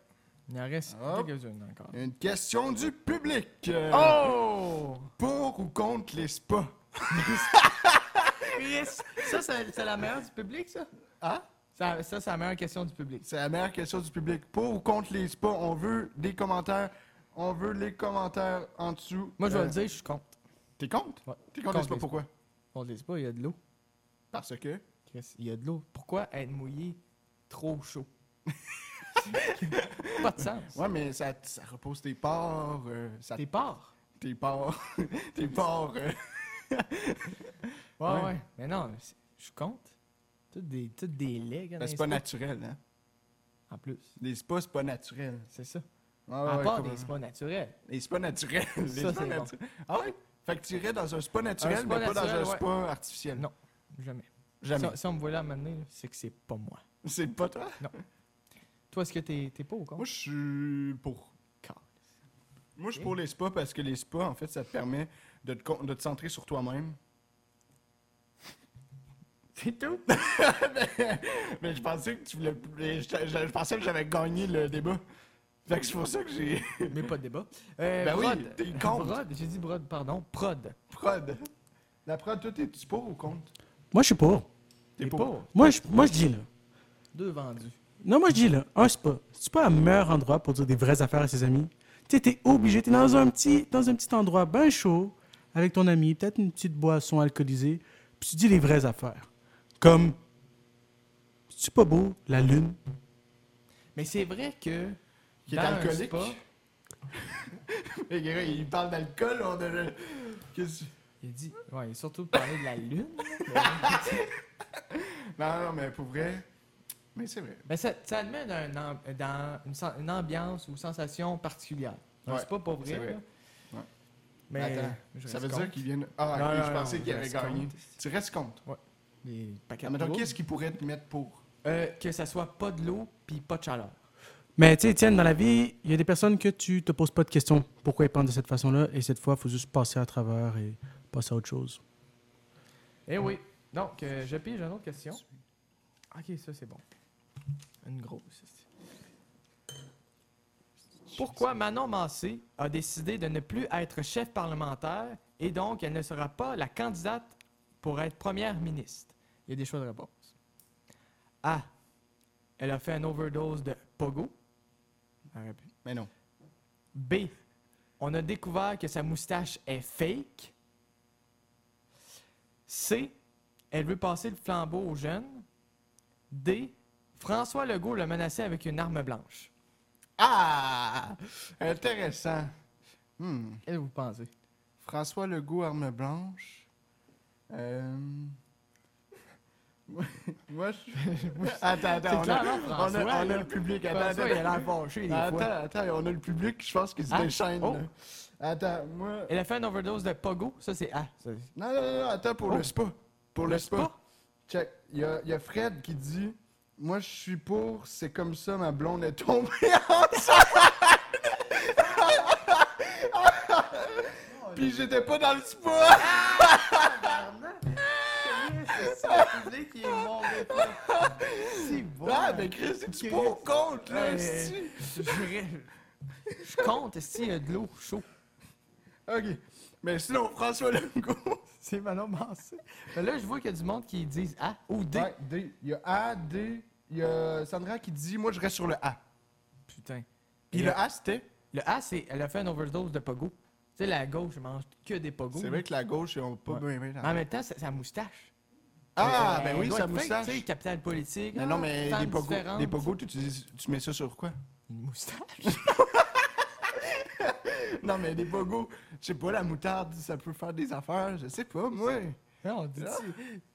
Speaker 4: Il en reste
Speaker 1: Hop.
Speaker 4: quelques-unes encore.
Speaker 1: Une question du public. Euh,
Speaker 4: Oh!
Speaker 1: Pour ou contre les spas?
Speaker 4: Chris, ça, c'est c'est la meilleure du public, ça?
Speaker 1: Hein?
Speaker 4: Ça, ça, c'est la meilleure question du public.
Speaker 1: C'est la meilleure question du public. Pour ou contre les spas, on veut des commentaires. On veut les commentaires en dessous.
Speaker 4: Moi, je vais
Speaker 1: Euh,
Speaker 4: le dire, je suis contre.
Speaker 1: T'es contre?
Speaker 4: Ouais.
Speaker 1: T'es contre les
Speaker 4: Contre
Speaker 1: spas,
Speaker 4: les
Speaker 1: pourquoi?
Speaker 4: On le dit pas, il y a de l'eau.
Speaker 1: Parce que...
Speaker 4: Chris, il y a de l'eau. Pourquoi être mouillé trop chaud? pas de sens.
Speaker 1: Ouais, mais ça, ça repose tes pores, euh, ça
Speaker 4: T'es part.
Speaker 1: tes pores, tes pores. euh,
Speaker 4: Ouais,
Speaker 1: Ouais.
Speaker 4: ouais, Mais non, mais c'est- je suis contre. Toutes des, toutes des laits, gars,
Speaker 1: ben,
Speaker 4: dans
Speaker 1: c'est
Speaker 4: les
Speaker 1: pas
Speaker 4: spas.
Speaker 1: naturel, hein.
Speaker 4: En plus,
Speaker 1: Les spas, c'est pas naturel.
Speaker 4: c'est ça.
Speaker 1: Ah,
Speaker 4: à
Speaker 1: ouais,
Speaker 4: part des
Speaker 1: complètement.
Speaker 4: spas naturels.
Speaker 1: Les spas naturels. les
Speaker 4: Ça,
Speaker 1: spas
Speaker 4: c'est bon.
Speaker 1: naturels. Ah ouais? Fait que tu irais dans un spa naturel,
Speaker 4: spa
Speaker 1: mais pas dans un
Speaker 4: naturel, ouais.
Speaker 1: spa artificiel.
Speaker 4: Non, jamais.
Speaker 1: Jamais.
Speaker 4: Si, si on me voit là maintenant, c'est que c'est pas moi.
Speaker 1: C'est pas toi?
Speaker 4: Toi, est-ce que t'es t'es pas au contre?
Speaker 1: Moi, je suis pour. Moi, je suis pour les spas parce que les spas, en fait, ça te permet de te, con- de te centrer sur toi-même.
Speaker 4: C'est tout.
Speaker 1: Mais je pensais que tu voulais. mais Je, je- je pensais que j'avais gagné le débat. Fait que c'est pour ça que j'ai.
Speaker 4: Mais pas de débat. Euh,
Speaker 1: Ben oui,
Speaker 4: prod.
Speaker 1: t'es contre.
Speaker 4: Prod, j'ai dit prod, pardon. Prod.
Speaker 1: Prod. La prod, toi, t'es-tu pour ou contre?
Speaker 5: Moi, je suis pour.
Speaker 1: T'es pour.
Speaker 5: Moi, je, moi, je dis là.
Speaker 4: Deux vendus.
Speaker 5: Non, moi, je dis là, un spa. C'est pas un meilleur endroit pour dire des vraies affaires à ses amis. Tu sais, t'es obligé, t'es dans un petit, dans un petit endroit bien chaud avec ton ami, peut-être une petite boisson alcoolisée, puis tu dis les vraies affaires. Comme, c'est pas beau, la lune.
Speaker 4: Mais c'est vrai que.
Speaker 1: Qui est
Speaker 4: dans un
Speaker 1: alcoolique.
Speaker 4: spa,
Speaker 1: Les gars, il parle d'alcool, on a le- Qu'est-ce que-
Speaker 4: il dit. Ouais, il a surtout parlé de la lune.
Speaker 1: Non, non, mais pour vrai. Mais c'est vrai.
Speaker 4: Mais Ben, ça, ça admet dans, un am- dans une, sen- une ambiance ou sensation particulière.
Speaker 1: Ouais,
Speaker 4: c'est pas pour
Speaker 1: c'est
Speaker 4: vrai.
Speaker 1: vrai.
Speaker 4: là.
Speaker 1: Ouais.
Speaker 4: Mais
Speaker 1: Attends,
Speaker 4: je
Speaker 1: ça
Speaker 4: reste
Speaker 1: veut
Speaker 4: contre.
Speaker 1: dire qu'ils viennent. Ah,
Speaker 4: Non,
Speaker 1: ok,
Speaker 4: non,
Speaker 1: je
Speaker 4: non,
Speaker 1: pensais
Speaker 4: je
Speaker 1: qu'il avait
Speaker 4: reste
Speaker 1: gagné.
Speaker 4: contre.
Speaker 1: Tu restes contre.
Speaker 4: Les paquets de
Speaker 1: Admettons,
Speaker 4: poudre.
Speaker 1: Ah, qu'est-ce qu'ils pourraient te mettre pour
Speaker 4: Euh, que ça soit pas de l'eau puis pas de chaleur.
Speaker 5: Mais tu sais, Étienne, dans la vie, il y a des personnes que tu te poses pas de questions. Pourquoi ils pensent de cette façon-là? Et cette fois, il faut juste passer à travers et passer à autre chose.
Speaker 4: Eh oui. Donc, euh, je pige une autre question. Ok, ça c'est bon. Une grosse. Pourquoi Manon Massé a décidé de ne plus être chef parlementaire et donc elle ne sera pas la candidate pour être première ministre? Il y a des choix de réponse. A. Elle a fait une overdose de pogo. Elle aurait pu.
Speaker 1: Mais non.
Speaker 4: B. On a découvert que sa moustache est fake. C. Elle veut passer le flambeau aux jeunes. D. François Legault l'a menacé avec une arme blanche.
Speaker 1: Ah Intéressant. Hmm.
Speaker 4: Qu'est-ce que vous pensez?
Speaker 1: François Legault, arme blanche. Euh... Moi, je. attends, attends. on
Speaker 4: clairement
Speaker 1: a- on a,
Speaker 4: hein, François,
Speaker 1: on a
Speaker 4: là.
Speaker 1: le public. Attends,
Speaker 4: François, il a
Speaker 1: attends.
Speaker 4: l'air fâché des
Speaker 1: Attends,
Speaker 4: fois.
Speaker 1: attends, on a le public, je pense qu'il se
Speaker 4: Ah,
Speaker 1: déchaîne.
Speaker 4: oh.
Speaker 1: là. Attends, moi.
Speaker 4: Elle a fait une overdose de pogo. Ça, c'est A. Ça, c'est-
Speaker 1: Non, non, non, non, attends, pour le spa. Pour le, spa.
Speaker 4: spa?
Speaker 1: Check. Il y a, il y a Fred qui dit Moi, je suis pour, c'est comme ça, ma blonde est tombée enceinte. Puis j'étais pas dans le spa.
Speaker 4: Ah, C'est bon. hein.
Speaker 1: Ah, mais Chris, c'est-tu pour ou contre, là,
Speaker 4: Ouais.
Speaker 1: esti?
Speaker 4: Je je compte s'il y a de l'eau chaude.
Speaker 1: Ok. Mais sinon, François Legault.
Speaker 4: C'est Manon Massé. Mais là, je vois qu'il y a du monde qui disent A ou D.
Speaker 1: Ouais, D. Il y a A, D. Il y a Sandra qui dit Moi, je reste sur le A.
Speaker 4: Putain.
Speaker 1: Puis
Speaker 4: Et-
Speaker 1: le A, c'était
Speaker 4: Le A, c'est elle a fait une overdose de pogo. Tu sais, la gauche, mange que des pogos.
Speaker 1: C'est vrai que la gauche, ils ont pas bien bien
Speaker 4: Mais en même temps, c'est sa moustache.
Speaker 1: Ah,
Speaker 4: Elle-
Speaker 1: ben
Speaker 4: elle
Speaker 1: oui,
Speaker 4: doit
Speaker 1: sa
Speaker 4: être fake,
Speaker 1: moustache.
Speaker 4: Tu sais, capital politique.
Speaker 1: Non, non, mais
Speaker 4: des
Speaker 1: des pogos, des pogos, tu, utilises- tu mets ça sur quoi?
Speaker 4: Une moustache.
Speaker 1: Non, mais des pogos, je sais pas, la moutarde, ça peut faire des affaires, je sais pas, moi.
Speaker 4: Non, on dit. Ah,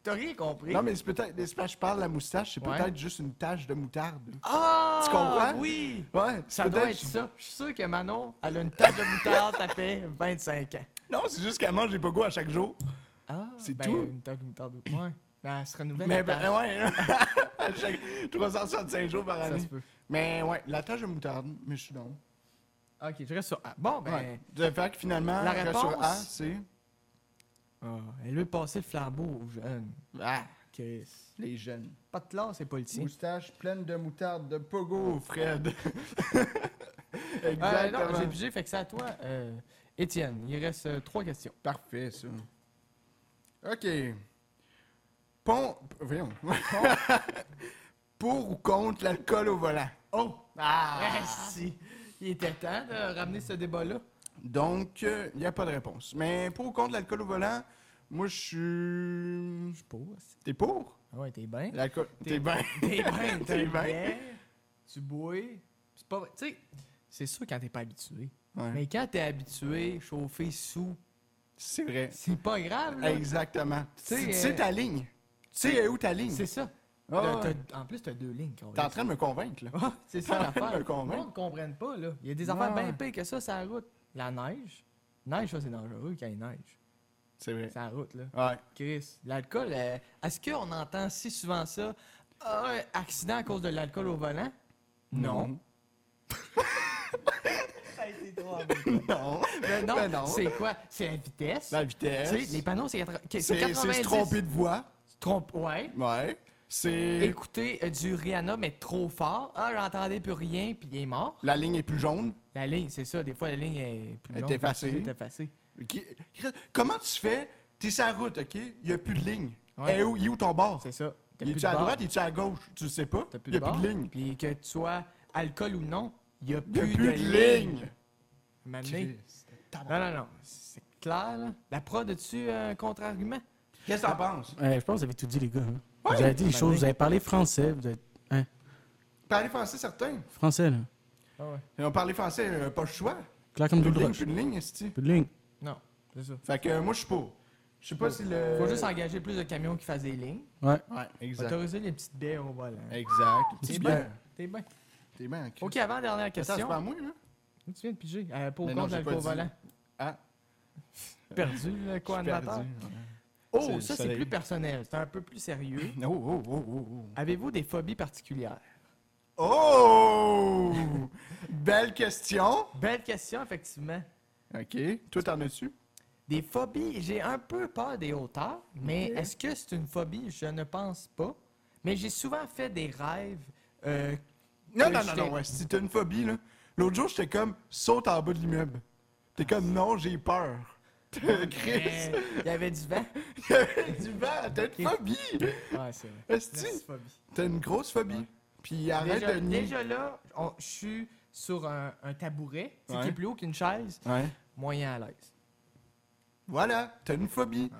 Speaker 4: T'as rien compris.
Speaker 1: Non, mais c'est peut-être, c'est parce que je parle de la moustache, c'est
Speaker 4: Ouais.
Speaker 1: peut-être juste une tache de moutarde.
Speaker 4: Ah!
Speaker 1: Tu comprends?
Speaker 4: Oui!
Speaker 1: Ouais, c'est
Speaker 4: Ça doit
Speaker 1: peut-être-
Speaker 4: être ça. Je suis sûr que Manon, elle a une tache de moutarde, ça fait 25 ans.
Speaker 1: Non, c'est juste qu'elle mange des pogos à chaque jour.
Speaker 4: Ah,
Speaker 1: C'est
Speaker 4: ben,
Speaker 1: tout.
Speaker 4: Une tache de moutarde. Ouais. Ben, elle se renouvelle. la
Speaker 1: Mais
Speaker 4: tache.
Speaker 1: ben, ouais, à chaque 365 jours par
Speaker 4: Ça se
Speaker 1: année.
Speaker 4: peut.
Speaker 1: Mais ouais, la tache de moutarde, mais je suis dans.
Speaker 4: Ok, je reste sur A. Bon, ben.
Speaker 1: Ouais. De fait que finalement,
Speaker 4: La
Speaker 1: je reste sur A,
Speaker 4: réponse-
Speaker 1: c'est
Speaker 4: ah, elle veut passer le flambeau aux jeunes.
Speaker 1: Ah.
Speaker 4: Chris.
Speaker 1: les jeunes.
Speaker 4: Pas de classe, c'est politique.
Speaker 1: Moustache pleine de moutarde de pogo, Oh, Fred.
Speaker 4: Euh,
Speaker 1: Exactement.
Speaker 4: non, j'ai pigé, fait que c'est à toi, euh, Étienne. Il reste euh, trois questions.
Speaker 1: Parfait, ça. OK. Pont. Voyons. Pour ou contre l'alcool au volant?
Speaker 4: Oh!
Speaker 1: Ah!
Speaker 4: Ah, si. Il était temps de ramener ce débat-là.
Speaker 1: Donc, il n'y a pas de réponse. Mais pour ou contre l'alcool au volant, moi, je suis.
Speaker 4: Pour. si.
Speaker 1: T'es pour?
Speaker 4: Ah ouais, t'es bien.
Speaker 1: L'alcool. T'es bien.
Speaker 4: T'es bien,
Speaker 1: T'es
Speaker 4: t'es
Speaker 1: bien.
Speaker 4: bien. Tu bois. C'est pas vrai. Tu sais, c'est sûr quand t'es pas habitué.
Speaker 1: Ouais.
Speaker 4: Mais quand t'es habitué, chauffé, sous,
Speaker 1: C'est vrai.
Speaker 4: c'est pas grave, là.
Speaker 1: Exactement.
Speaker 4: sais,
Speaker 1: C'est c'est
Speaker 4: euh,
Speaker 1: ta ligne. Tu sais où ta ligne?
Speaker 4: C'est ça.
Speaker 1: Ah,
Speaker 4: T'as-
Speaker 1: ouais.
Speaker 4: t'as- en plus, t'as deux lignes. qu'on
Speaker 1: T'es en train de me convaincre, là.
Speaker 4: Ah, c'est ça l'affaire.
Speaker 1: Me convainc.
Speaker 4: Les gens ne comprennent pas, là. Il y a des
Speaker 1: Ouais.
Speaker 4: affaires bien pires que ça, sur la route. La neige. Neige, ça, c'est dangereux quand il neige.
Speaker 1: C'est vrai.
Speaker 4: C'est la route, là.
Speaker 1: Ouais.
Speaker 4: Chris, l'alcool, euh, est-ce qu'on entend si souvent ça? Ah, accident à cause de l'alcool au volant? Non. Ça a été trop embêtant.
Speaker 1: Non.
Speaker 4: Mais Euh, non,
Speaker 1: Ben non.
Speaker 4: c'est quoi? C'est la vitesse.
Speaker 1: La
Speaker 4: Tu
Speaker 1: vitesse.
Speaker 4: sais, les panneaux, c'est 80
Speaker 1: C'est c'est
Speaker 4: 90.
Speaker 1: se tromper de voix.
Speaker 4: Trompe, ouais.
Speaker 1: Ouais. C'est.
Speaker 4: Écouter euh, du Rihanna, mais trop fort. Ah, j'entendais plus rien, puis il est mort.
Speaker 1: La ligne est plus jaune.
Speaker 4: La ligne, c'est ça. Des fois, la ligne est plus
Speaker 1: Elle est
Speaker 4: longue.
Speaker 1: effacée.
Speaker 4: Elle est effacée.
Speaker 1: Qui- Chris, Comment tu fais? T'es sur la route, OK? Il n'y a plus de ligne.
Speaker 4: Ouais.
Speaker 1: Eh, où, il est où ton bord?
Speaker 4: C'est ça. T'as plus
Speaker 1: Il est-tu
Speaker 4: de
Speaker 1: à
Speaker 4: barre.
Speaker 1: droite, il est-tu à gauche? Tu le sais pas.
Speaker 4: T'as plus
Speaker 1: Il n'y
Speaker 4: de
Speaker 1: a plus
Speaker 4: barre.
Speaker 1: de ligne.
Speaker 4: Puis que tu sois alcool ou non, il n'y a,
Speaker 1: Il n'y a
Speaker 4: plus
Speaker 1: plus de ligne.
Speaker 4: M'amener. Non, non, non. C'est clair, là. La prod, as-tu euh, un contre-argument?
Speaker 1: Qu'est-ce que t'en penses?
Speaker 5: Ouais, je pense que vous avez tout dit, les gars. hein. vous avez dit les
Speaker 4: ben
Speaker 5: choses,
Speaker 4: oui.
Speaker 5: vous avez parlé français, vous avez... hein,
Speaker 1: Parler français, certains.
Speaker 5: français, là.
Speaker 4: Ah
Speaker 1: Et on parlait français, euh, pas le choix.
Speaker 5: Clair comme
Speaker 1: Plus de
Speaker 5: deux
Speaker 1: ligne,
Speaker 5: broches.
Speaker 1: plus de ligne, esti.
Speaker 5: Plus de ligne.
Speaker 4: Non, c'est ça.
Speaker 1: Fait que euh, moi, je suis pour. Je sais pas si le.
Speaker 4: Faut juste engager plus de camions qui fassent des lignes.
Speaker 5: Ouais.
Speaker 1: Ouais, exact.
Speaker 4: Autoriser les petites bières au volant.
Speaker 1: Exact.
Speaker 4: T'es
Speaker 1: Petite
Speaker 4: bien.
Speaker 1: bière.
Speaker 4: T'es bien.
Speaker 1: T'es bien, Chris.
Speaker 4: OK, avant dernière
Speaker 1: Attends, c'est
Speaker 4: question.
Speaker 1: pas à moi, là?
Speaker 4: Où tu viens de piger? Euh, pour
Speaker 1: Mais non,
Speaker 4: contre
Speaker 1: j'ai
Speaker 4: l'alcool au
Speaker 1: pas dit.
Speaker 4: volant.
Speaker 1: Ah.
Speaker 4: Perdu, le
Speaker 1: Je suis
Speaker 4: co-animateur.
Speaker 1: perdu.
Speaker 4: Oh,
Speaker 1: C'est-
Speaker 4: ça,
Speaker 1: ça
Speaker 4: c'est
Speaker 1: l'a
Speaker 4: plus
Speaker 1: eu.
Speaker 4: personnel. C'est un peu plus sérieux.
Speaker 1: Oh, oh, oh, oh,
Speaker 4: Avez-vous des phobies particulières?
Speaker 1: oh. Oh! Belle question.
Speaker 4: Belle question, effectivement.
Speaker 1: OK. Toi, t'en as-tu?
Speaker 4: Des phobies, j'ai un peu peur des hauteurs, mais est-ce que c'est une phobie? Je ne pense pas. Mais j'ai souvent fait des rêves. euh,
Speaker 1: Non,
Speaker 4: que
Speaker 1: non, non,
Speaker 4: j'étais-
Speaker 1: non, ouais, si t'as une phobie, là. L'autre jour, j'étais comme, saute en bas de l'immeuble. T'es comme, non, j'ai peur. Chris,
Speaker 4: Euh, Il y avait du vent.
Speaker 1: il y avait du vent, t'as une phobie.
Speaker 2: Ouais, c'est vrai.
Speaker 1: Esti, t'as une grosse phobie. Puis arrête
Speaker 4: Déjà,
Speaker 1: de nier.
Speaker 4: déjà là, on- je suis sur un, un tabouret tu sais, qui
Speaker 1: Ouais.
Speaker 4: est plus haut qu'une chaise,
Speaker 1: Ouais.
Speaker 4: moyen à l'aise.
Speaker 1: Voilà, t'as une phobie.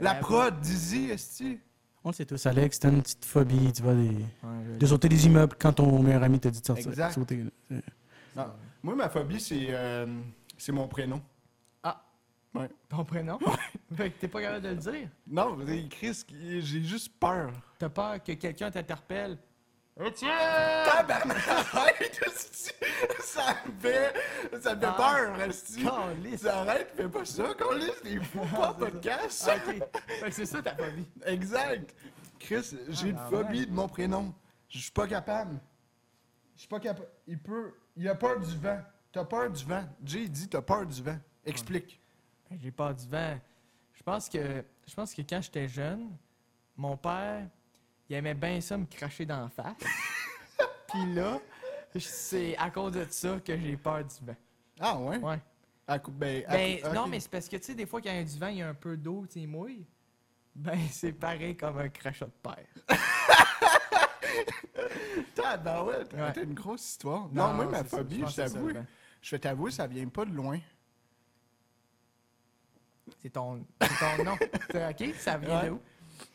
Speaker 1: La prod, Dizzy, Esti.
Speaker 5: On le sait tous, Alex, t'as une petite phobie, tu vois, des... de sauter des immeubles quand ton meilleur ami t'a dit de sortir.
Speaker 1: Exact.
Speaker 5: Sauter, là. Euh,
Speaker 1: Non, Moi, ma phobie, c'est euh, c'est mon prénom.
Speaker 4: Ah. Ton prénom? Fait que t'es pas capable de le dire.
Speaker 1: Non, c'est Chris, j'ai juste peur.
Speaker 4: T'as peur que quelqu'un t'interpelle.
Speaker 1: Tabarnak! esti. ça me fait, ça me fait
Speaker 4: Ah.
Speaker 1: peur, Esti.
Speaker 4: Calisse.
Speaker 1: Arrête, fais pas ça, qu'on lise des fous pas podcast.
Speaker 4: Ah, ok. Fait que c'est ça ta phobie.
Speaker 1: Exact. Chris, j'ai
Speaker 4: Ah,
Speaker 1: une phobie de mon prénom. Je suis pas capable. Je suis pas capable. Il peut. Il a peur du vent. T'as peur du vent. Jay dit t'as peur du vent. Explique.
Speaker 4: Ben, J'ai peur du vent. Je pense que je pense que quand j'étais jeune, mon père, il aimait bien ça me cracher dans la face. Puis là, je- c'est à cause de ça que j'ai peur du vent.
Speaker 1: Ah ouais?
Speaker 4: Ouais.
Speaker 1: À coup, ben, à
Speaker 4: Ben
Speaker 1: coup-
Speaker 4: non,
Speaker 1: ok.
Speaker 4: mais c'est parce que tu sais des fois quand il y a du vent, il y a un peu d'eau, tu sais, il mouille. Ben c'est pareil comme un crachat de père.
Speaker 1: T'as ben ouais, t'as
Speaker 4: Ouais.
Speaker 1: t'as une grosse histoire. Non, moi, ma
Speaker 4: c'est ça,
Speaker 1: phobie,
Speaker 4: pense
Speaker 1: je
Speaker 4: que c'est ça,
Speaker 1: t'avoue,
Speaker 4: le vent.
Speaker 1: je vais t'avouer, ça vient pas de loin.
Speaker 4: C'est ton, c'est ton nom. C'est- OK, ça vient
Speaker 1: Ouais.
Speaker 4: de où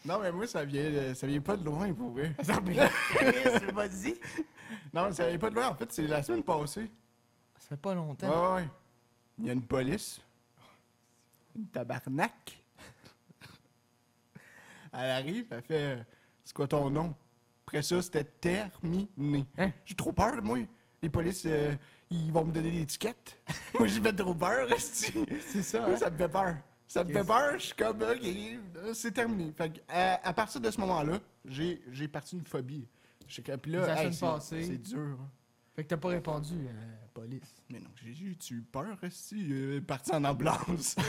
Speaker 1: Non, mais moi, ça vient, euh, ça vient pas de loin, pour vrai.
Speaker 4: Ça vient de vas-y.
Speaker 1: Non, mais ça vient pas de loin. En fait, c'est la semaine passée.
Speaker 4: Ça fait pas longtemps.
Speaker 1: Ouais, ouais. ouais. Il y a une police. Une tabarnak. Elle arrive, elle fait euh, C'est quoi ton nom Après ça, c'était terminé.
Speaker 4: Hein?
Speaker 1: J'ai trop peur, moi. Les polices, euh, ils vont me donner des étiquettes. moi, j'ai fait trop peur, esti.
Speaker 4: C'est ça. hein?
Speaker 1: Moi, ça me fait peur. Ça me fait peur, je suis comme, ok, euh, c'est terminé. Fait que, euh, à, à partir de ce moment-là, j'ai j'ai parti une phobie. J'ai comme, puis
Speaker 4: La
Speaker 1: là,
Speaker 4: semaine
Speaker 1: c'est-
Speaker 4: passée.
Speaker 1: c'est dur. hein.
Speaker 4: Fait que t'as pas répondu, euh, police.
Speaker 1: Mais non, j'ai eu tu peur, si, euh, parti en ambulance.